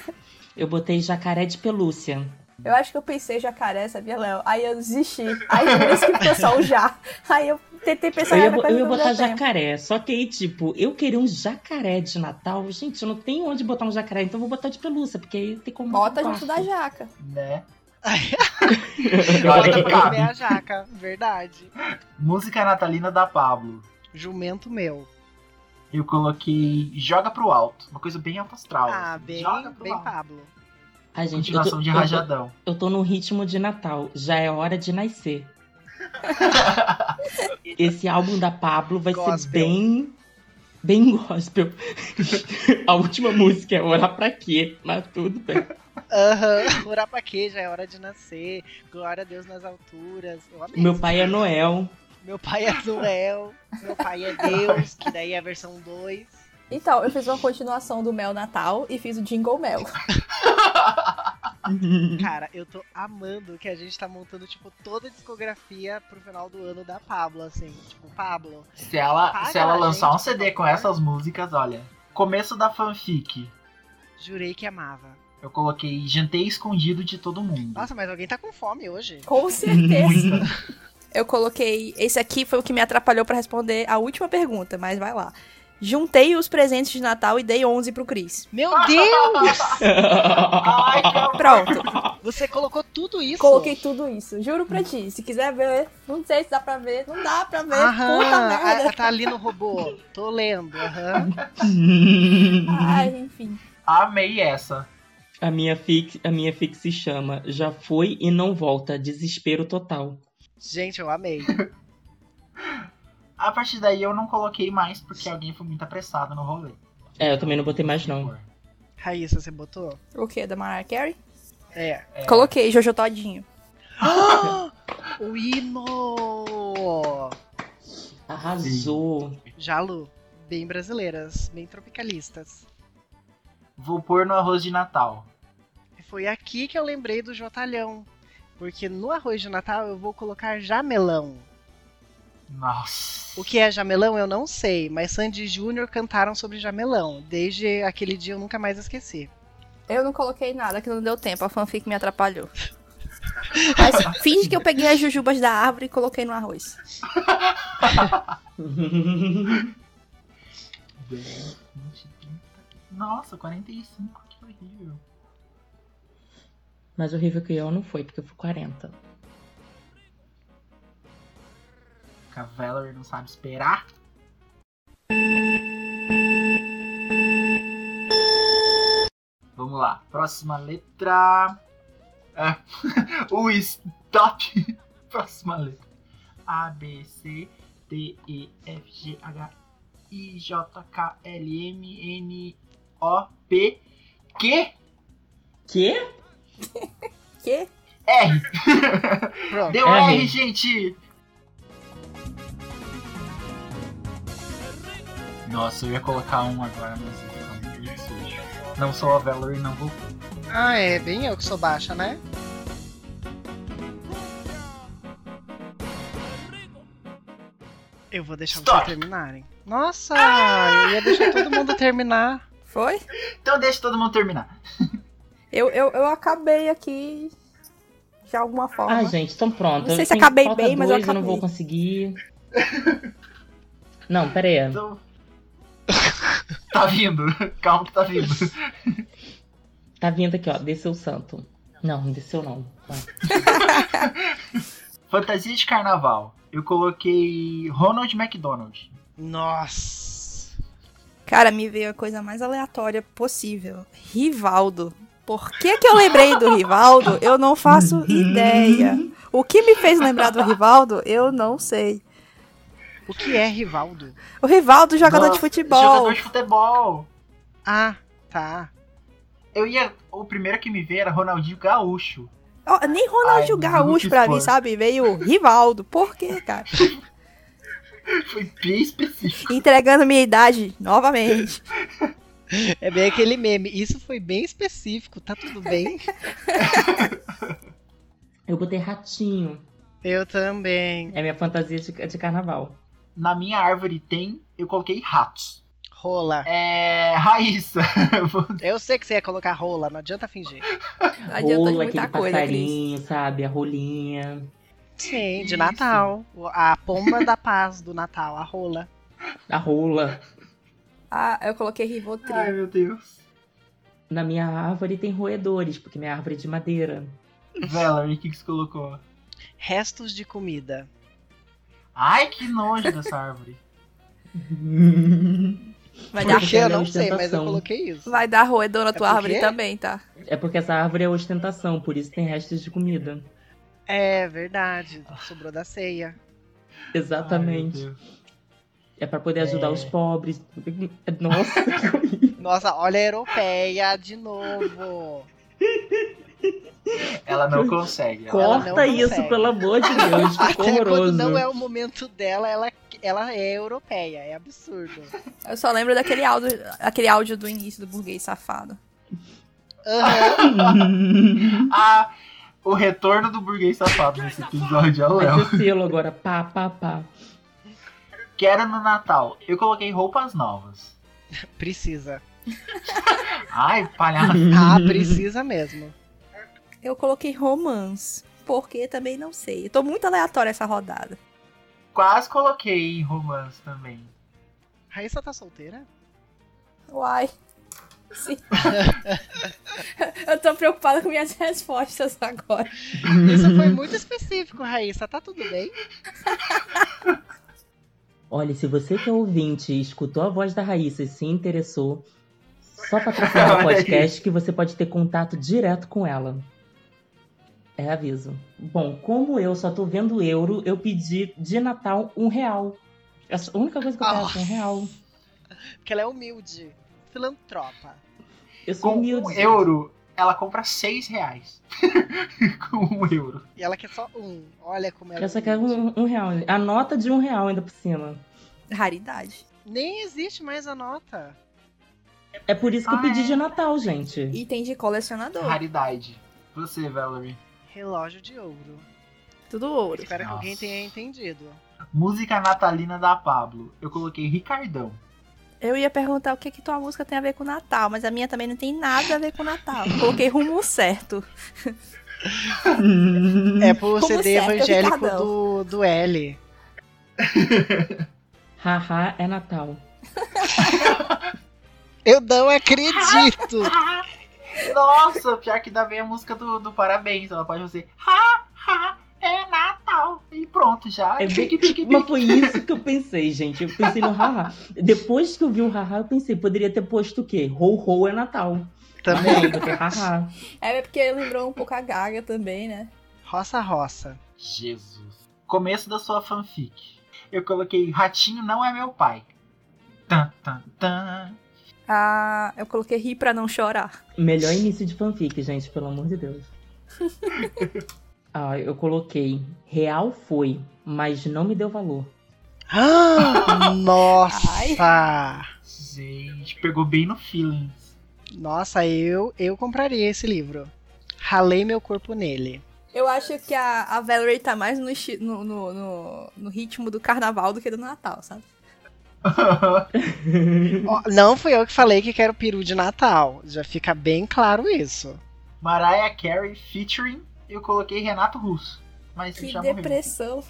Speaker 5: Eu botei jacaré de pelúcia.
Speaker 8: Eu acho que eu pensei jacaré, sabia, Léo? Aí eu desisti. Aí por isso que ficou só o já. Aí eu tentei pensar
Speaker 5: Eu ia,
Speaker 8: em
Speaker 5: bo-
Speaker 8: outra
Speaker 5: eu ia
Speaker 8: coisa,
Speaker 5: botar
Speaker 8: não deu tempo.
Speaker 5: jacaré, só que aí, tipo, eu queria um jacaré de Natal. Gente, eu não tenho onde botar um jacaré, então eu vou botar de pelúcia, porque aí tem como.
Speaker 8: Bota
Speaker 5: botar.
Speaker 8: junto da jaca.
Speaker 4: Né?
Speaker 7: Bota
Speaker 4: que
Speaker 7: pra
Speaker 4: cabe.
Speaker 7: comer a jaca, verdade.
Speaker 4: Música natalina da Pablo.
Speaker 7: Jumento meu.
Speaker 4: Eu coloquei Joga pro Alto. Uma coisa bem alto astral.
Speaker 7: Ah,
Speaker 4: assim.
Speaker 7: bem,
Speaker 4: Joga pro
Speaker 7: bem
Speaker 4: alto.
Speaker 7: Pablo.
Speaker 5: Ai, gente, eu
Speaker 4: Continuação
Speaker 5: tô,
Speaker 4: de
Speaker 5: eu tô-
Speaker 4: rajadão.
Speaker 5: eu tô no ritmo de Natal, já é hora de nascer. Esse álbum da Pablo vai ser
Speaker 7: Gospel.
Speaker 5: bem. Bem gospel. A última música é Orar Pra Quê, mas tudo bem.
Speaker 7: Aham, orar pra quê? Já é hora de nascer. Glória a Deus nas alturas. Eu amei.
Speaker 5: Meu pai é Noel.
Speaker 7: Meu pai é Noel. Meu pai é Deus, que daí é a versão 2.
Speaker 8: Então, eu fiz uma continuação do Mel Natal e fiz o Jingle Mel.
Speaker 7: Cara, eu tô amando que a gente tá montando, tipo, toda a discografia pro final do ano da Pablo, assim. Tipo, Pablo.
Speaker 4: Se ela,
Speaker 7: Paga
Speaker 4: se ela
Speaker 7: a
Speaker 4: lançar
Speaker 7: gente,
Speaker 4: um CD
Speaker 7: por
Speaker 4: com
Speaker 7: favor.
Speaker 4: essas músicas, olha. Começo da fanfic.
Speaker 7: Jurei que amava.
Speaker 4: Eu coloquei jantei escondido de todo mundo.
Speaker 7: Nossa, mas alguém tá com fome hoje.
Speaker 8: Com certeza.
Speaker 6: Eu coloquei. Esse aqui foi o que me atrapalhou pra responder a última pergunta, mas vai lá. Juntei os presentes de Natal e dei 11 pro Cris.
Speaker 7: Meu Deus!
Speaker 4: Ai, calma.
Speaker 6: Pronto.
Speaker 7: Você colocou tudo isso?
Speaker 8: Coloquei tudo isso. Juro pra ti. Se quiser ver, não sei se dá pra ver. Não dá pra ver. né? Puta
Speaker 7: Aham,
Speaker 8: merda.
Speaker 7: a- tá ali no robô. Tô lendo, aham.
Speaker 8: Ai, enfim.
Speaker 4: Amei essa.
Speaker 5: A minha, fic, a minha fic se chama Já Foi e Não Volta, Desespero Total.
Speaker 7: Gente, eu amei.
Speaker 4: A partir daí eu não coloquei mais porque alguém foi muito apressado no rolê.
Speaker 5: É, eu também não botei mais não.
Speaker 7: Raíssa, você botou?
Speaker 6: O quê? Da Mariah Carey?
Speaker 7: É.
Speaker 4: É,
Speaker 6: Coloquei, Jojo Todinho.
Speaker 7: o hino!
Speaker 5: Arrasou.
Speaker 7: Jalu, bem brasileiras, bem tropicalistas.
Speaker 4: Vou pôr no arroz de Natal.
Speaker 7: E Foi aqui que eu lembrei do Jotalhão. Porque no arroz de Natal eu vou colocar jamelão.
Speaker 4: Nossa.
Speaker 7: O que é jamelão eu não sei, mas Sandy e Júnior cantaram sobre jamelão. Desde aquele dia eu nunca mais esqueci.
Speaker 6: Eu não coloquei nada, que não deu tempo. A fanfic me atrapalhou. Mas finge que eu peguei as jujubas da árvore e coloquei no arroz.
Speaker 4: velho. 20, 30. Nossa, 45, que horrível.
Speaker 5: Mas horrível que eu não foi, porque eu fui 40.
Speaker 4: Cavalery não sabe esperar. Vamos lá, próxima letra. É. o stop. Próxima letra. A, B, C, D, E, F, G, H, I, J, K, L, M, N, O, P, Q,
Speaker 5: Que?
Speaker 8: Que?
Speaker 4: R.
Speaker 7: Pronto.
Speaker 4: Deu
Speaker 5: R.
Speaker 4: R, gente! Nossa, eu ia colocar um agora, mas eu tô muito difícil. Não sou a Valerie, não vou.
Speaker 7: Ah, é bem eu que sou baixa, né? Eu vou deixar
Speaker 4: Stop.
Speaker 7: vocês terminarem. Nossa, eu ia deixar todo mundo terminar.
Speaker 8: Foi?
Speaker 4: Então deixa todo mundo terminar.
Speaker 8: Eu, eu, eu acabei aqui de alguma forma.
Speaker 5: Ah, gente, então pronto.
Speaker 8: Não sei
Speaker 5: Eu
Speaker 8: se
Speaker 5: tenho-
Speaker 8: acabei
Speaker 5: falta
Speaker 8: bem, mas eu
Speaker 5: dois, eu não
Speaker 8: acabei.
Speaker 5: vou conseguir. Não, pera aí.
Speaker 4: Então. tá vindo, calma que tá vindo.
Speaker 5: Tá vindo aqui, ó. Desceu o santo. Não, não desceu não. Vai.
Speaker 4: Fantasia de carnaval. Eu coloquei Ronald McDonald.
Speaker 7: Nossa.
Speaker 6: Cara, me veio a coisa mais aleatória possível. Rivaldo. Por que, que eu lembrei do Rivaldo? Eu não
Speaker 5: Uhum.
Speaker 6: faço ideia. O que me fez lembrar do Rivaldo? Eu não sei.
Speaker 7: O que é Rivaldo?
Speaker 6: O Rivaldo, jogador
Speaker 4: Nossa,
Speaker 6: de futebol.
Speaker 4: Jogador de futebol.
Speaker 7: Ah, tá.
Speaker 4: Eu ia. O primeiro que me veio era Ronaldinho Gaúcho.
Speaker 6: Ó, nem Ronaldinho
Speaker 4: Ai,
Speaker 6: Gaúcho
Speaker 4: muito
Speaker 6: pra mim,
Speaker 4: espanto.
Speaker 6: sabe? Veio Rivaldo. Por quê, cara?
Speaker 4: Foi bem específico.
Speaker 6: Entregando minha idade novamente.
Speaker 7: É bem aquele meme. Isso foi bem específico, tá tudo bem?
Speaker 5: Eu botei ratinho.
Speaker 7: Eu também.
Speaker 5: É minha fantasia de, de carnaval.
Speaker 4: Na minha árvore tem, eu coloquei ratos.
Speaker 7: Rola.
Speaker 4: É. Raíssa.
Speaker 7: Eu sei que você ia colocar rola, não adianta fingir.
Speaker 6: Não adianta
Speaker 5: Rola,
Speaker 6: muita
Speaker 5: aquele
Speaker 6: coisa, Cris.
Speaker 5: passarinho, sabe? A rolinha.
Speaker 7: Sim, de
Speaker 4: Isso.
Speaker 7: Natal. O- A pomba da paz do Natal, a rola.
Speaker 5: A rola.
Speaker 8: Ah, eu coloquei Rivotril.
Speaker 4: Ai, meu Deus.
Speaker 5: Na minha árvore tem roedores, porque minha árvore é de madeira.
Speaker 4: Valerie, o que, que você colocou?
Speaker 7: Restos de comida.
Speaker 4: Ai, que nojo dessa árvore.
Speaker 6: Vai dar,
Speaker 7: Porque eu
Speaker 5: ela é
Speaker 7: não sei, mas eu
Speaker 5: ostentação.
Speaker 7: coloquei isso.
Speaker 6: vai dar roedor
Speaker 4: É
Speaker 6: na tua
Speaker 7: porque-
Speaker 6: árvore também, tá?
Speaker 5: É porque essa árvore é ostentação, por isso tem restos de comida.
Speaker 7: É verdade, sobrou da ceia.
Speaker 5: Exatamente.
Speaker 4: Ai, meu Deus.
Speaker 5: é pra poder ajudar
Speaker 4: É.
Speaker 5: os pobres. Nossa, que horrível.
Speaker 7: Nossa, olha a europeia de novo.
Speaker 4: Ela não consegue. Ela...
Speaker 7: Ela não
Speaker 5: corta isso,
Speaker 7: consegue.
Speaker 5: pelo amor de Deus. Ficou
Speaker 7: Até quando
Speaker 5: horroroso.
Speaker 7: não é o momento dela, ela, ela é europeia. É absurdo.
Speaker 6: Eu só lembro daquele áudio, aquele áudio do início do burguês safado.
Speaker 7: Aham.
Speaker 4: Ah, o retorno do burguês safado nesse episódio é o
Speaker 5: Vai
Speaker 4: Léo.
Speaker 5: ter selo agora. Pá, pá, pá.
Speaker 4: Quero no Natal. Eu coloquei roupas novas.
Speaker 7: Precisa.
Speaker 4: Ai, palhaço.
Speaker 7: Ah, precisa mesmo.
Speaker 6: Eu coloquei romance. Porque também não sei. Eu tô muito aleatória essa rodada.
Speaker 4: Quase coloquei romance também.
Speaker 7: Raíssa tá solteira?
Speaker 8: Uai. Sim.
Speaker 6: Eu tô preocupada com minhas respostas agora.
Speaker 7: Ah, Isso foi muito específico, Raíssa. Tá tudo bem?
Speaker 5: Olha, se você que é ouvinte e escutou a voz da Raíssa e se interessou, só patrocinar o
Speaker 4: Olha aí.
Speaker 5: podcast que você pode ter contato direto com ela. É aviso. Bom, como eu só tô vendo euro, eu pedi de Natal um real. Essa- A única coisa que eu peço é um real.
Speaker 7: Porque ela é humilde. Filantropa.
Speaker 5: Eu sou
Speaker 4: Com
Speaker 5: humilde.
Speaker 4: um euro, ela compra seis reais. Com um euro.
Speaker 7: E ela quer só um. Olha como ela
Speaker 5: Eu só
Speaker 7: é
Speaker 5: quero
Speaker 7: humilde.
Speaker 5: um, um real. A nota de um real ainda por cima.
Speaker 6: Raridade.
Speaker 7: Nem existe mais a nota.
Speaker 5: É por isso que eu
Speaker 4: Ah,
Speaker 5: pedi
Speaker 4: é?
Speaker 5: de Natal, gente.
Speaker 6: Item de colecionador.
Speaker 4: Raridade. Você, Valerie.
Speaker 7: Relógio de ouro.
Speaker 6: Tudo ouro.
Speaker 7: Espero que
Speaker 4: Nossa.
Speaker 7: alguém tenha entendido.
Speaker 4: Música natalina da Pablo. Eu coloquei Ricardão.
Speaker 6: Eu ia perguntar o que que tua música tem a ver com o Natal, mas a minha também não tem nada a ver com o Natal. Coloquei rumo certo.
Speaker 7: É pro
Speaker 8: Como
Speaker 7: CD
Speaker 8: certo,
Speaker 7: evangélico
Speaker 8: Ricardão.
Speaker 7: do, do L.
Speaker 5: Haha, é Natal.
Speaker 7: Eu não acredito!
Speaker 4: Nossa, pior que dá bem a música do, do parabéns. Ela pode fazer ha, ha, é Natal. E pronto, já.
Speaker 5: É
Speaker 4: pique,
Speaker 5: bem-
Speaker 4: pique,
Speaker 5: Mas
Speaker 4: pique.
Speaker 5: foi isso que eu pensei, gente. Eu pensei no haha. Depois que eu vi o haha, eu pensei, poderia ter posto o quê? Ho ho é Natal.
Speaker 7: Também.
Speaker 5: Eu botei haha.
Speaker 6: É porque lembrou um pouco a Gaga também, né?
Speaker 7: Roça, roça.
Speaker 4: Jesus. Começo da sua fanfic. Eu coloquei Ratinho não é meu pai. Tan, tan, tan.
Speaker 9: Ah, eu coloquei ri pra não chorar.
Speaker 5: Melhor início de fanfic, gente, pelo amor de Deus. Ah, eu coloquei. Real foi, mas não me deu valor.
Speaker 7: Ah, Nossa!
Speaker 4: Gente, pegou bem no feeling.
Speaker 7: Nossa, eu, eu compraria esse livro. Ralei meu corpo nele.
Speaker 9: Eu acho que a, a Valerie tá mais no, esti- no, no, no- no ritmo do carnaval do que do Natal, sabe?
Speaker 7: Ó, não fui eu que falei que quero peru de Natal. Já fica bem claro isso.
Speaker 4: Mariah Carey featuring. Eu coloquei Renato Russo. Mas
Speaker 6: Que
Speaker 4: já morreu.
Speaker 6: depressão.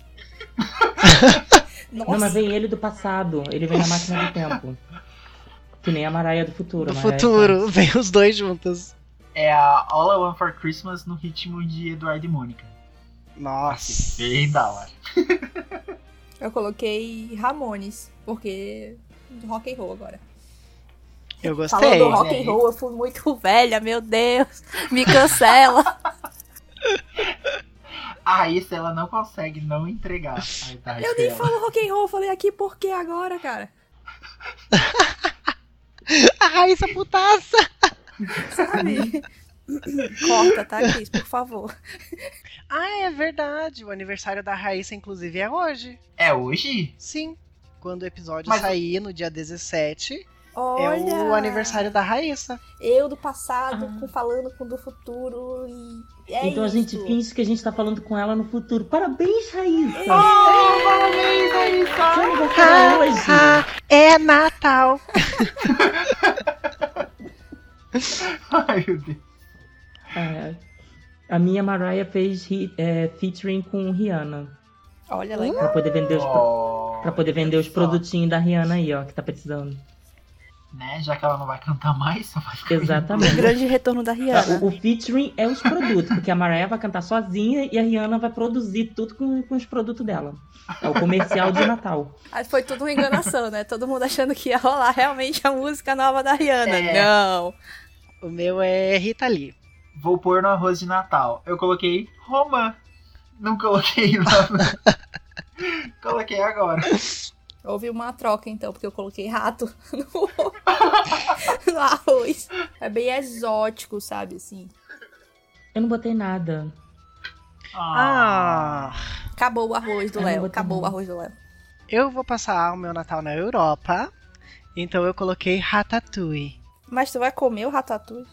Speaker 6: Nossa,
Speaker 5: Não,
Speaker 9: é-
Speaker 5: mas vem ele do passado. Ele vem na máquina do tempo. Que nem a Maraia do
Speaker 7: No
Speaker 5: futuro. a Mariah
Speaker 7: futuro, vem os dois juntos.
Speaker 4: É a All I Want for Christmas no ritmo de Eduardo e Mônica.
Speaker 7: Nossa.
Speaker 4: Bem da hora.
Speaker 6: eu coloquei Ramones, porque rock and roll agora.
Speaker 7: Eu
Speaker 6: Falando
Speaker 7: gostei.
Speaker 6: do rock and roll, eu fui muito velha, meu Deus. Me cancela.
Speaker 4: Ah, isso ela não consegue não entregar. Ai, tá,
Speaker 6: eu nem
Speaker 4: ela.
Speaker 6: falo rock and roll, eu falei aqui por que agora, cara.
Speaker 7: A Raíssa putaça.
Speaker 6: Sabe? Corta, tá, Cris, por favor.
Speaker 7: Ah, é verdade. O aniversário da Raíssa, inclusive, é hoje.
Speaker 4: É hoje?
Speaker 7: Sim. Quando o episódio
Speaker 4: Mas-
Speaker 7: sair no dia 17,
Speaker 6: Olha,
Speaker 7: é o aniversário da Raíssa.
Speaker 6: Eu do passado, com- falando com o do futuro e é
Speaker 5: então
Speaker 6: isso.
Speaker 5: a gente finge que a gente tá falando com ela no futuro. Parabéns, Raíssa!
Speaker 4: Oh, parabéns, Raíssa!
Speaker 5: Que
Speaker 7: Ah,
Speaker 5: aniversário é hoje!
Speaker 7: é Natal.
Speaker 4: Ai, meu Deus.
Speaker 5: É, a minha Mariah fez hi- é, featuring com Rihanna.
Speaker 6: Olha, legal.
Speaker 5: Pra poder vender os, pro-
Speaker 4: Oh,
Speaker 5: pra poder vender os
Speaker 4: só,
Speaker 5: produtinhos da Rihanna aí, ó, que tá precisando.
Speaker 4: Né? Já que ela não vai cantar mais, só vai ficar...
Speaker 5: Exatamente.
Speaker 9: Grande retorno da Rihanna.
Speaker 5: O, o featuring é os produtos, porque a Mariah vai cantar sozinha e a Rihanna vai produzir tudo com, com os produtos dela. É o comercial de Natal.
Speaker 9: Aí foi tudo uma enganação, né? Todo mundo achando que ia rolar realmente a música nova da Rihanna.
Speaker 4: É.
Speaker 9: Não.
Speaker 7: O meu é Rita Lee.
Speaker 4: Vou pôr no arroz de Natal. Eu coloquei Romã. Não coloquei nada. coloquei agora.
Speaker 6: Houve uma troca então, porque eu coloquei rato no, no arroz. É bem exótico, sabe assim.
Speaker 5: Eu não botei nada.
Speaker 7: Ah.
Speaker 6: Acabou o arroz do
Speaker 5: Eu não
Speaker 6: Léo,
Speaker 5: botei
Speaker 6: acabou
Speaker 5: nada.
Speaker 6: o arroz do Léo.
Speaker 7: Eu vou passar o meu Natal na Europa. Então eu coloquei Ratatouille.
Speaker 6: Mas tu vai comer o ratatouille?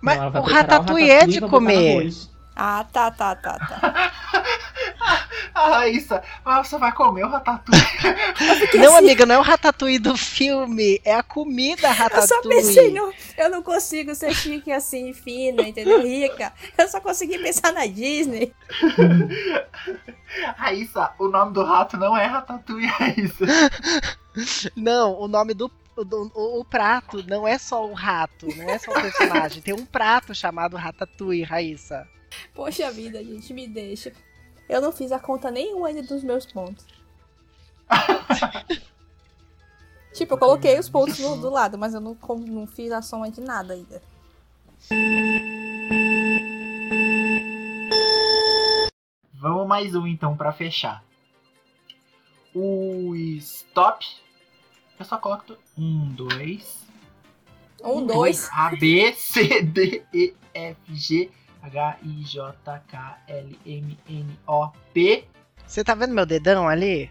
Speaker 7: Mas
Speaker 5: Ela
Speaker 7: o
Speaker 5: vai preparar
Speaker 7: Ratatouille é
Speaker 5: e
Speaker 7: de
Speaker 5: vai botar no
Speaker 7: comer.
Speaker 5: arroz.
Speaker 6: Ah, tá, tá, tá, tá.
Speaker 4: A Ah, Raíssa, mas você vai comer o ratatouille.
Speaker 7: Não, amiga, não é o Ratatouille do filme. É a comida
Speaker 6: Eu só
Speaker 7: Ratatouille.
Speaker 6: pensei no. Eu não consigo ser chique assim, fina, entendeu? Rica. Eu só consegui pensar na Disney.
Speaker 4: Raíssa, o nome do rato não é ratatouille, Raíssa.
Speaker 7: Não, o nome do. do- o, o prato não é só o rato, não é só o personagem. Tem um prato chamado Ratatouille, Raíssa.
Speaker 6: Poxa vida, gente, me deixa. Eu não fiz a conta nenhuma ainda dos meus pontos. tipo, eu coloquei os pontos do, do lado, mas eu não, com- não fiz a soma de nada ainda.
Speaker 4: Vamos mais um então pra fechar. O stop. Eu só coloco um, dois,
Speaker 7: Uhum.
Speaker 6: Um, dois.
Speaker 4: A, B, C, D, E, F, G, H, I, J, K, L, M, N, O, P.
Speaker 7: Você tá vendo meu dedão ali?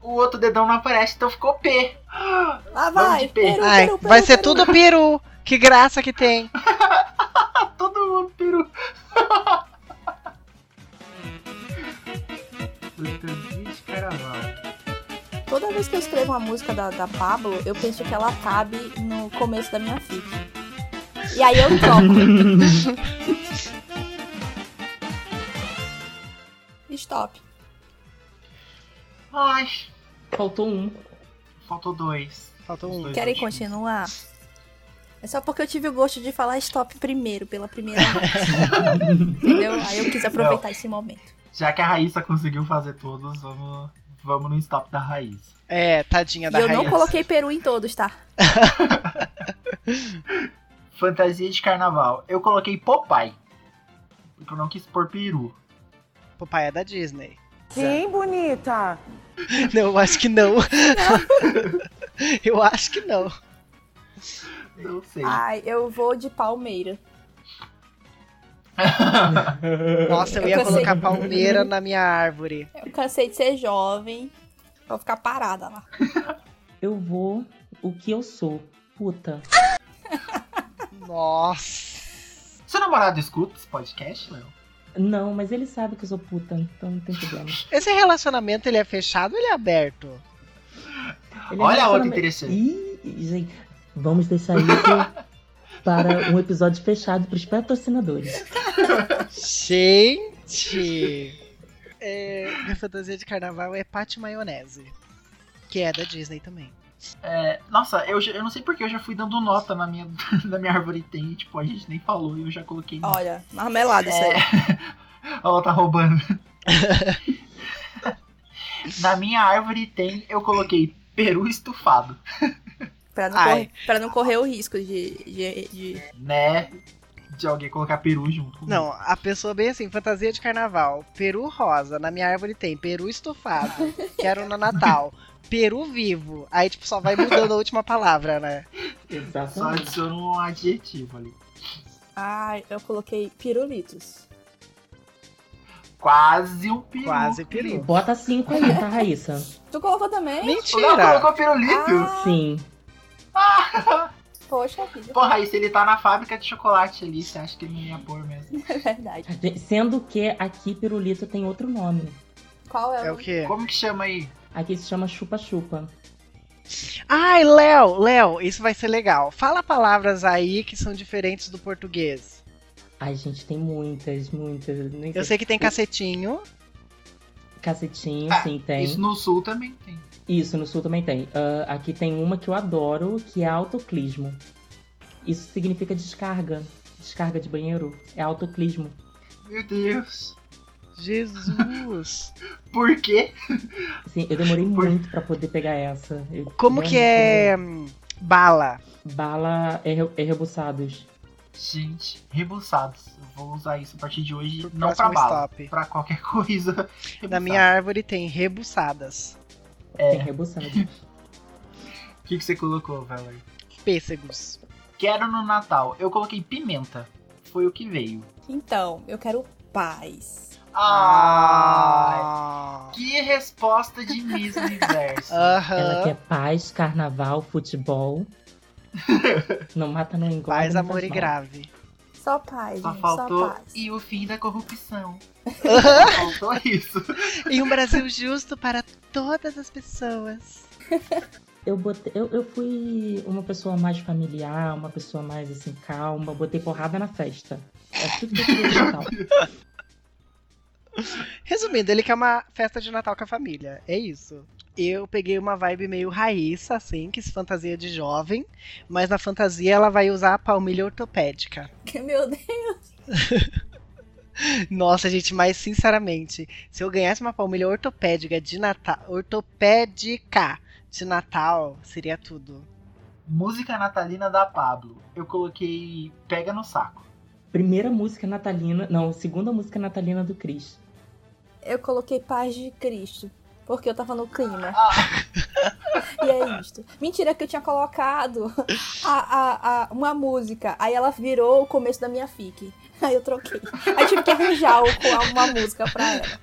Speaker 4: O outro dedão não aparece, então ficou P.
Speaker 6: Lá
Speaker 4: Vamos de
Speaker 6: Ah, vai.
Speaker 4: P.
Speaker 6: Peru,
Speaker 7: Ai,
Speaker 6: peru, peru,
Speaker 7: vai ser
Speaker 6: peru.
Speaker 7: tudo peru. Que graça que tem.
Speaker 4: Tá Todo mundo peru. Fantasia de carnaval.
Speaker 6: Toda vez que eu escrevo uma música da, da Pablo, eu penso que ela cabe no começo da minha fic. E aí eu troco. Stop.
Speaker 4: Ai,
Speaker 5: Faltou um.
Speaker 4: Faltou dois.
Speaker 7: Faltou um.
Speaker 4: Dois
Speaker 6: Então, Querem
Speaker 4: últimos.
Speaker 6: continuar? É só porque eu tive o gosto de falar stop primeiro, pela primeira vez. Entendeu? Aí eu quis aproveitar esse momento.
Speaker 4: Já que a Raíssa conseguiu fazer todos, vamos, vamos no stop da Raíssa.
Speaker 7: É, tadinha
Speaker 6: E
Speaker 7: da
Speaker 6: eu
Speaker 7: Raíssa.
Speaker 6: não coloquei peru em todos, tá?
Speaker 4: Fantasia de carnaval. Eu coloquei Popeye. Porque eu não quis pôr peru.
Speaker 7: Papai é da Disney.
Speaker 1: Sim, bonita.
Speaker 7: Não, eu acho que não. eu acho que não.
Speaker 4: Não sei.
Speaker 6: Ah.
Speaker 8: Ai, eu vou de Palmeira.
Speaker 7: Nossa, eu ia
Speaker 8: cansei.
Speaker 7: colocar palmeira na minha árvore.
Speaker 8: Eu cansei de ser jovem. Vou ficar parada lá.
Speaker 5: Eu vou o que eu sou. Puta.
Speaker 7: Nossa.
Speaker 4: Seu namorado escuta esse podcast, Léo?
Speaker 5: Não, mas ele sabe que eu sou puta, então não tem problema.
Speaker 7: Esse relacionamento, ele é fechado ou ele é aberto?
Speaker 5: Ele
Speaker 4: Olha a
Speaker 5: relaciona-
Speaker 4: outra interessante.
Speaker 5: Ih, gente, vamos deixar isso para um episódio fechado para os patrocinadores.
Speaker 7: Gente! É, minha fantasia de carnaval é Pate Maionese. Que é da Disney também.
Speaker 4: É, nossa, eu, já- eu não sei porque eu já fui dando nota na minha, na minha árvore tem, tipo, a gente nem falou e eu já coloquei. nota.
Speaker 8: Olha, marmelada isso aí.
Speaker 4: Ela tá roubando. na minha árvore tem, eu coloquei peru estufado.
Speaker 6: Pra não,
Speaker 7: Ai.
Speaker 6: correr, pra não correr o risco de. de, de-
Speaker 4: Né? De alguém colocar peru junto.
Speaker 7: Não, a pessoa bem assim, fantasia de carnaval. Peru rosa, na minha árvore tem. Peru estufado, quero no Natal. Peru vivo. Aí, tipo, só vai mudando a última palavra, né?
Speaker 4: Só
Speaker 5: Exatamente.
Speaker 4: adiciona um adjetivo ali.
Speaker 8: Ai, eu coloquei pirulitos.
Speaker 4: Quase um peru.
Speaker 7: Quase peru.
Speaker 5: Bota cinco aí, tá, Raíssa?
Speaker 8: Tu colocou também?
Speaker 4: O Léo
Speaker 7: Mentira!
Speaker 4: colocou pirulito.
Speaker 5: Sim.
Speaker 8: Poxa vida,
Speaker 4: Porra, aí se ele tá na fábrica de chocolate ali, você acha que ele não ia pôr mesmo?
Speaker 8: é verdade.
Speaker 5: Gente, Sendo que aqui pirulito tem outro nome.
Speaker 8: Qual é o
Speaker 7: É o
Speaker 8: nome?
Speaker 7: quê?
Speaker 4: Como que chama aí?
Speaker 5: Aqui se chama chupa-chupa.
Speaker 7: Ai, Léo, Léo, isso vai ser legal. Fala palavras aí que são diferentes do português.
Speaker 5: Ai, gente, tem muitas, muitas. Nem
Speaker 7: Eu sei que tem cacetinho.
Speaker 5: Cacetinho,
Speaker 4: Ah,
Speaker 5: sim, tem.
Speaker 4: Isso
Speaker 5: Isso...
Speaker 4: no sul também tem.
Speaker 5: no sul também tem. Ah, aqui tem uma que eu adoro, que é autoclismo. Isso significa descarga. Descarga de banheiro. É autoclismo.
Speaker 4: Meu Deus.
Speaker 7: Jesus!
Speaker 4: Por quê?
Speaker 5: Sim, eu demorei
Speaker 4: Por-
Speaker 5: muito pra poder pegar essa. Eu
Speaker 7: Como
Speaker 5: não
Speaker 7: que é hum, bala?
Speaker 5: Bala é, re- é rebuçados.
Speaker 4: Gente, rebuçados. Eu vou usar isso a partir de hoje,
Speaker 7: Pro
Speaker 4: não pra
Speaker 7: próximo
Speaker 4: bala.
Speaker 7: stop.
Speaker 4: Pra qualquer coisa.
Speaker 7: Na
Speaker 4: Rebuçado.
Speaker 7: minha árvore tem rebuçadas,
Speaker 5: Tem rebuçados.
Speaker 4: O que, que você colocou, Valerie?
Speaker 7: pêssegos.
Speaker 4: Quero no Natal. Eu coloquei pimenta. Foi o que veio.
Speaker 8: Então, eu quero paz.
Speaker 4: Ah,
Speaker 7: Ah.
Speaker 4: que resposta de Miss Universo.
Speaker 5: Ela
Speaker 7: Aham.
Speaker 5: quer paz, carnaval, futebol. não mata, não engorda.
Speaker 7: Paz,
Speaker 5: não
Speaker 7: amor
Speaker 5: faz
Speaker 7: e
Speaker 5: mal.
Speaker 7: grave.
Speaker 8: Só paz,
Speaker 4: Só
Speaker 8: gente,
Speaker 4: faltou
Speaker 8: só paz.
Speaker 4: e o fim da corrupção. Só faltou isso.
Speaker 7: E um Brasil justo para todas as pessoas.
Speaker 5: Eu, botei, eu, eu fui uma pessoa mais familiar, uma pessoa mais assim, calma. Botei porrada na festa. É tudo que eu queria de Natal.
Speaker 7: Resumindo, ele quer uma festa de Natal com a família. É isso. Eu peguei uma vibe meio raíça, assim, que se fantasia de jovem, mas na fantasia ela vai usar a palmilha ortopédica.
Speaker 8: Meu Deus.
Speaker 7: Nossa, gente, mas sinceramente, se eu ganhasse uma palmilha ortopédica de Natal, ortopédica de Natal, seria tudo.
Speaker 4: Música natalina da Pablo. Eu coloquei Pega no Saco.
Speaker 5: Primeira música natalina. Não, segunda música natalina do Cris.
Speaker 8: Eu coloquei paz de Cristo. Porque eu tava no clima.
Speaker 4: Ah.
Speaker 8: e é isto. Mentira, que eu tinha colocado a, a, a- uma música. Aí ela virou o começo da minha fic. Aí eu troquei. Aí tive que arranjar o- com uma música pra ela.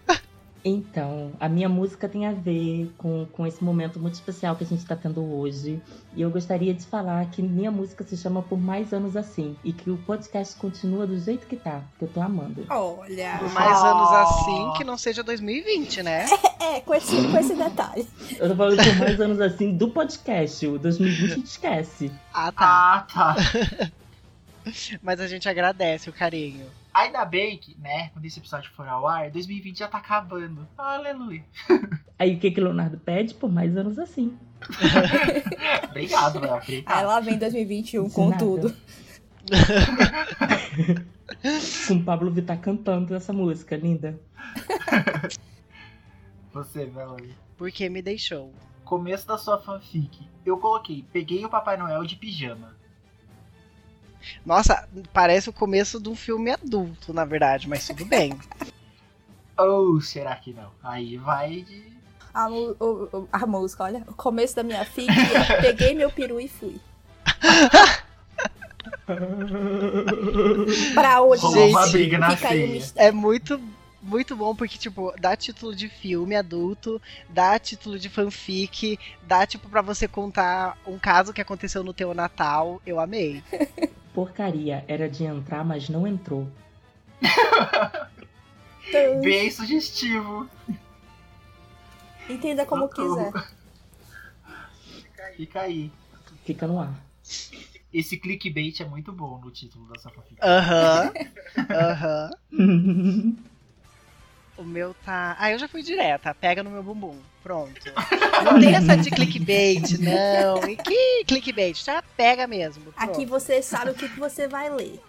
Speaker 5: Então, a minha música tem a ver com, com esse momento muito especial que a gente está tendo hoje. E eu gostaria de falar que minha música se chama Por Mais Anos Assim. E que o podcast continua do jeito que tá, que eu tô amando.
Speaker 8: Olha.
Speaker 7: Por mais anos assim que não seja 2020, né?
Speaker 8: É, com esse, com esse detalhe.
Speaker 5: Eu tô falando por mais anos assim do podcast. O 2020 a gente esquece.
Speaker 7: Ah, tá.
Speaker 4: Ah, tá.
Speaker 7: Mas a gente agradece o carinho.
Speaker 4: Ainda bem que, né, quando esse episódio for ao ar, 2020 já tá acabando. Aleluia.
Speaker 5: Aí o que que Leonardo pede? Por mais anos assim.
Speaker 4: Obrigado, Léo. obrigado.
Speaker 6: Aí lá vem 2021
Speaker 5: De
Speaker 6: com
Speaker 5: nada.
Speaker 6: tudo.
Speaker 5: Com Pablo Vittar cantando essa música, linda.
Speaker 4: Você, Valerie.
Speaker 7: Porque me deixou.
Speaker 4: Começo da sua fanfic. Eu coloquei, peguei o Papai Noel de pijama.
Speaker 7: Nossa, parece o começo de um filme adulto, na verdade, mas tudo bem.
Speaker 4: Ou será que não? Aí vai de.
Speaker 6: A, mu- o- o- a música, olha. O começo da minha fic, é, peguei meu peru e fui. pra onde
Speaker 4: Rolou uma
Speaker 6: gente?
Speaker 4: briga na
Speaker 6: Fica aí o
Speaker 4: feia.
Speaker 6: mistério.
Speaker 7: É muito, muito bom porque, tipo, dá título de filme adulto, dá título de fanfic, dá, tipo, pra você contar um caso que aconteceu no teu Natal. Eu amei.
Speaker 5: Porcaria, era de entrar, mas não entrou.
Speaker 4: Bem sugestivo.
Speaker 6: Entenda como quiser.
Speaker 4: Fica aí.
Speaker 5: Fica no ar.
Speaker 4: Esse clickbait é muito bom no título da sua fanfic.
Speaker 7: Aham. Aham. O meu tá. Ah, eu já fui direta. Pega no meu bumbum. Pronto. Não tem essa de clickbait, não. E que clickbait? Já pega mesmo. Pronto.
Speaker 6: Aqui você sabe o que que você vai ler.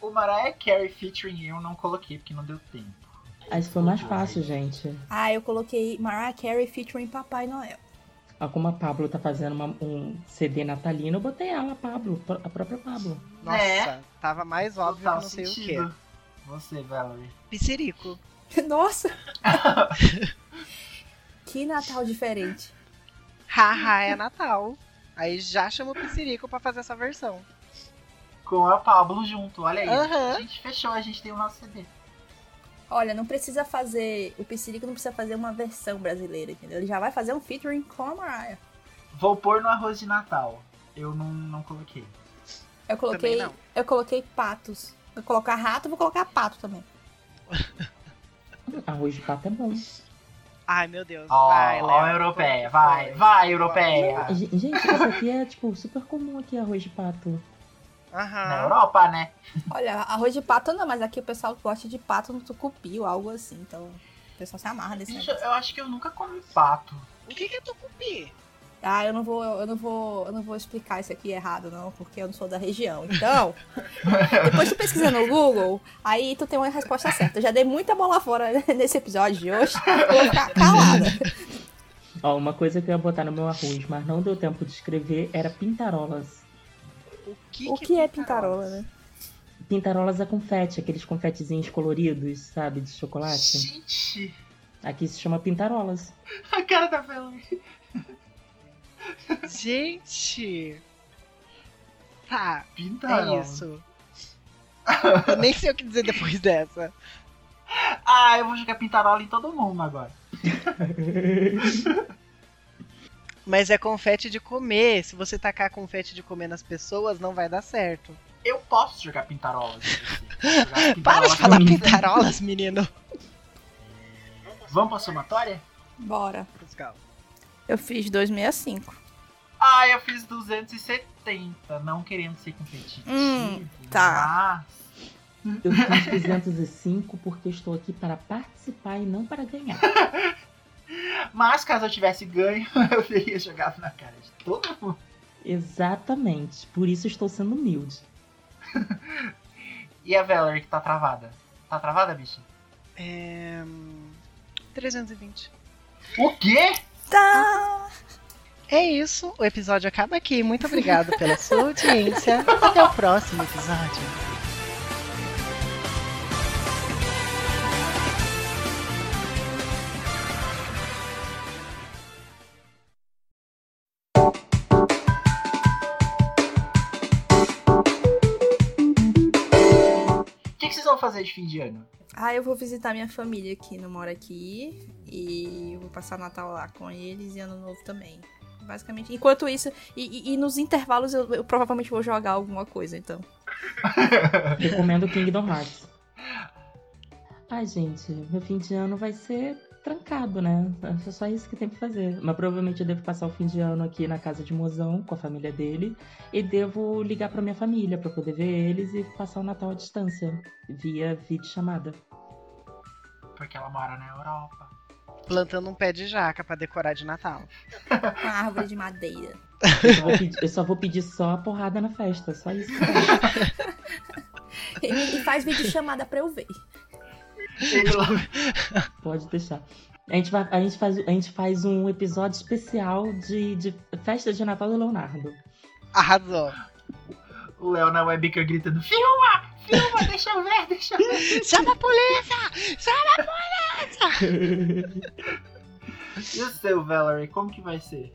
Speaker 4: O Mariah Carey featuring eu não coloquei porque não deu tempo.
Speaker 5: Ah, isso foi mais fácil, gente.
Speaker 6: Ah, eu coloquei Mariah Carey featuring Papai Noel.
Speaker 5: Ah, como a Pablo tá fazendo uma- um CD natalino, eu botei ela, a Pablo, a própria Pablo.
Speaker 7: Nossa,
Speaker 4: É.
Speaker 7: tava mais óbvio que
Speaker 4: Total
Speaker 7: não sei o
Speaker 4: sentido. Você, Valerie.
Speaker 7: quê. Piscirico.
Speaker 6: Nossa! que Natal diferente.
Speaker 7: Haha, é Natal. Aí já chamou o Piscirico pra fazer essa versão.
Speaker 4: Com a Pablo junto, olha aí.
Speaker 7: Aham.
Speaker 4: A gente fechou, a gente tem o nosso CD.
Speaker 6: Olha, não precisa fazer. O Piscirico não precisa fazer uma versão brasileira, entendeu? Ele já vai fazer um featuring com a Mariah.
Speaker 4: Vou pôr no arroz de Natal. Eu não, não coloquei.
Speaker 6: Eu coloquei.
Speaker 7: Também não.
Speaker 6: Eu coloquei patos. Vou colocar rato, vou colocar pato também.
Speaker 5: Arroz de pato é bom.
Speaker 7: Ai, meu Deus.
Speaker 4: Ó,
Speaker 7: vai,
Speaker 4: ó,
Speaker 7: Léo.
Speaker 4: europeia,
Speaker 7: Como que
Speaker 4: vai,
Speaker 7: foi?
Speaker 4: vai, europeia.
Speaker 5: Gen- Gente, isso aqui é, tipo, super comum aqui, arroz de pato.
Speaker 4: Na
Speaker 7: Aham.
Speaker 4: Europa, né?
Speaker 6: Olha, arroz de pato não, mas aqui o pessoal gosta de pato no tucupi ou algo assim. Então o pessoal se amarra desse
Speaker 4: Bicho,
Speaker 6: negócio.
Speaker 4: eu acho que eu nunca comi pato.
Speaker 7: O que que é tucupi?
Speaker 6: Ah, eu não vou, eu não vou, eu não vou explicar isso aqui errado, não, porque eu não sou da região. Então, depois tu pesquisa no Google, aí tu tem uma resposta certa. Eu já dei muita bola fora nesse episódio de hoje. Eu vou ficar calada.
Speaker 5: Ó, uma coisa que eu ia botar no meu arroz, mas não deu tempo de escrever, era pintarolas.
Speaker 7: O que,
Speaker 6: O que é pintarola, né?
Speaker 5: Pintarolas é confete, aqueles confetezinhos coloridos, sabe, de chocolate.
Speaker 4: Gente,
Speaker 5: Aqui se chama pintarolas.
Speaker 4: a cara da Valerie.
Speaker 7: Gente. Tá,
Speaker 4: Pintarola.
Speaker 7: é isso. Eu nem sei o que dizer depois dessa.
Speaker 4: Ah, eu vou jogar pintarola em todo mundo agora.
Speaker 7: Mas é confete de comer. Se você tacar confete de comer nas pessoas, não vai dar certo.
Speaker 4: Eu posso jogar pintarola. com você. Jogar pintarola
Speaker 7: Para de
Speaker 4: com
Speaker 7: falar
Speaker 4: você.
Speaker 7: pintarolas, menino.
Speaker 4: Vamos pra somatória?
Speaker 6: Bora. Eu fiz 265.
Speaker 4: Ah, eu fiz 270, não querendo ser competitivo.
Speaker 6: Hum, tá.
Speaker 4: mas-
Speaker 5: Eu fiz 205 porque estou aqui para participar e não para ganhar.
Speaker 4: Mas, caso eu tivesse ganho, eu teria jogado na cara de todo mundo.
Speaker 5: Exatamente, por isso estou sendo humilde.
Speaker 4: E a Valerie que tá travada? Tá travada, bicha?
Speaker 7: É... hum, 320.
Speaker 4: O quê?
Speaker 7: É isso, o episódio acaba aqui. Muito obrigada pela sua audiência. Até o próximo episódio.
Speaker 4: O que, que vocês vão fazer de fim de ano?
Speaker 6: Ah, eu vou visitar minha família que não mora aqui. E eu vou passar Natal lá com eles e Ano Novo também. Basicamente, enquanto isso, e, e- e nos intervalos eu, eu provavelmente vou jogar alguma coisa, então.
Speaker 5: Recomendo Kingdom Hearts. Ai, gente, meu fim de ano vai ser trancado, né? É só isso que tem pra fazer. Mas provavelmente eu devo passar o fim de ano aqui na casa de mozão, com a família dele, e devo ligar pra minha família pra poder ver eles e passar o Natal à distância, via videochamada.
Speaker 4: Porque ela mora na Europa.
Speaker 7: Plantando um pé de jaca pra decorar de Natal.
Speaker 8: Uma árvore de madeira.
Speaker 5: Eu só vou pedir, eu só, vou pedir só a porrada na festa, só isso. cara.
Speaker 8: E, e faz vídeo chamada pra eu ver.
Speaker 5: Pode deixar. A gente, vai- a gente faz, a gente faz um episódio especial de, de festa de Natal do Leonardo.
Speaker 7: Arrasou.
Speaker 4: O Léo na webcam gritando: Filma! Filma! Deixa eu ver! Deixa eu ver!
Speaker 7: Chama a polícia!
Speaker 4: E o seu, Valerie? Como que vai ser?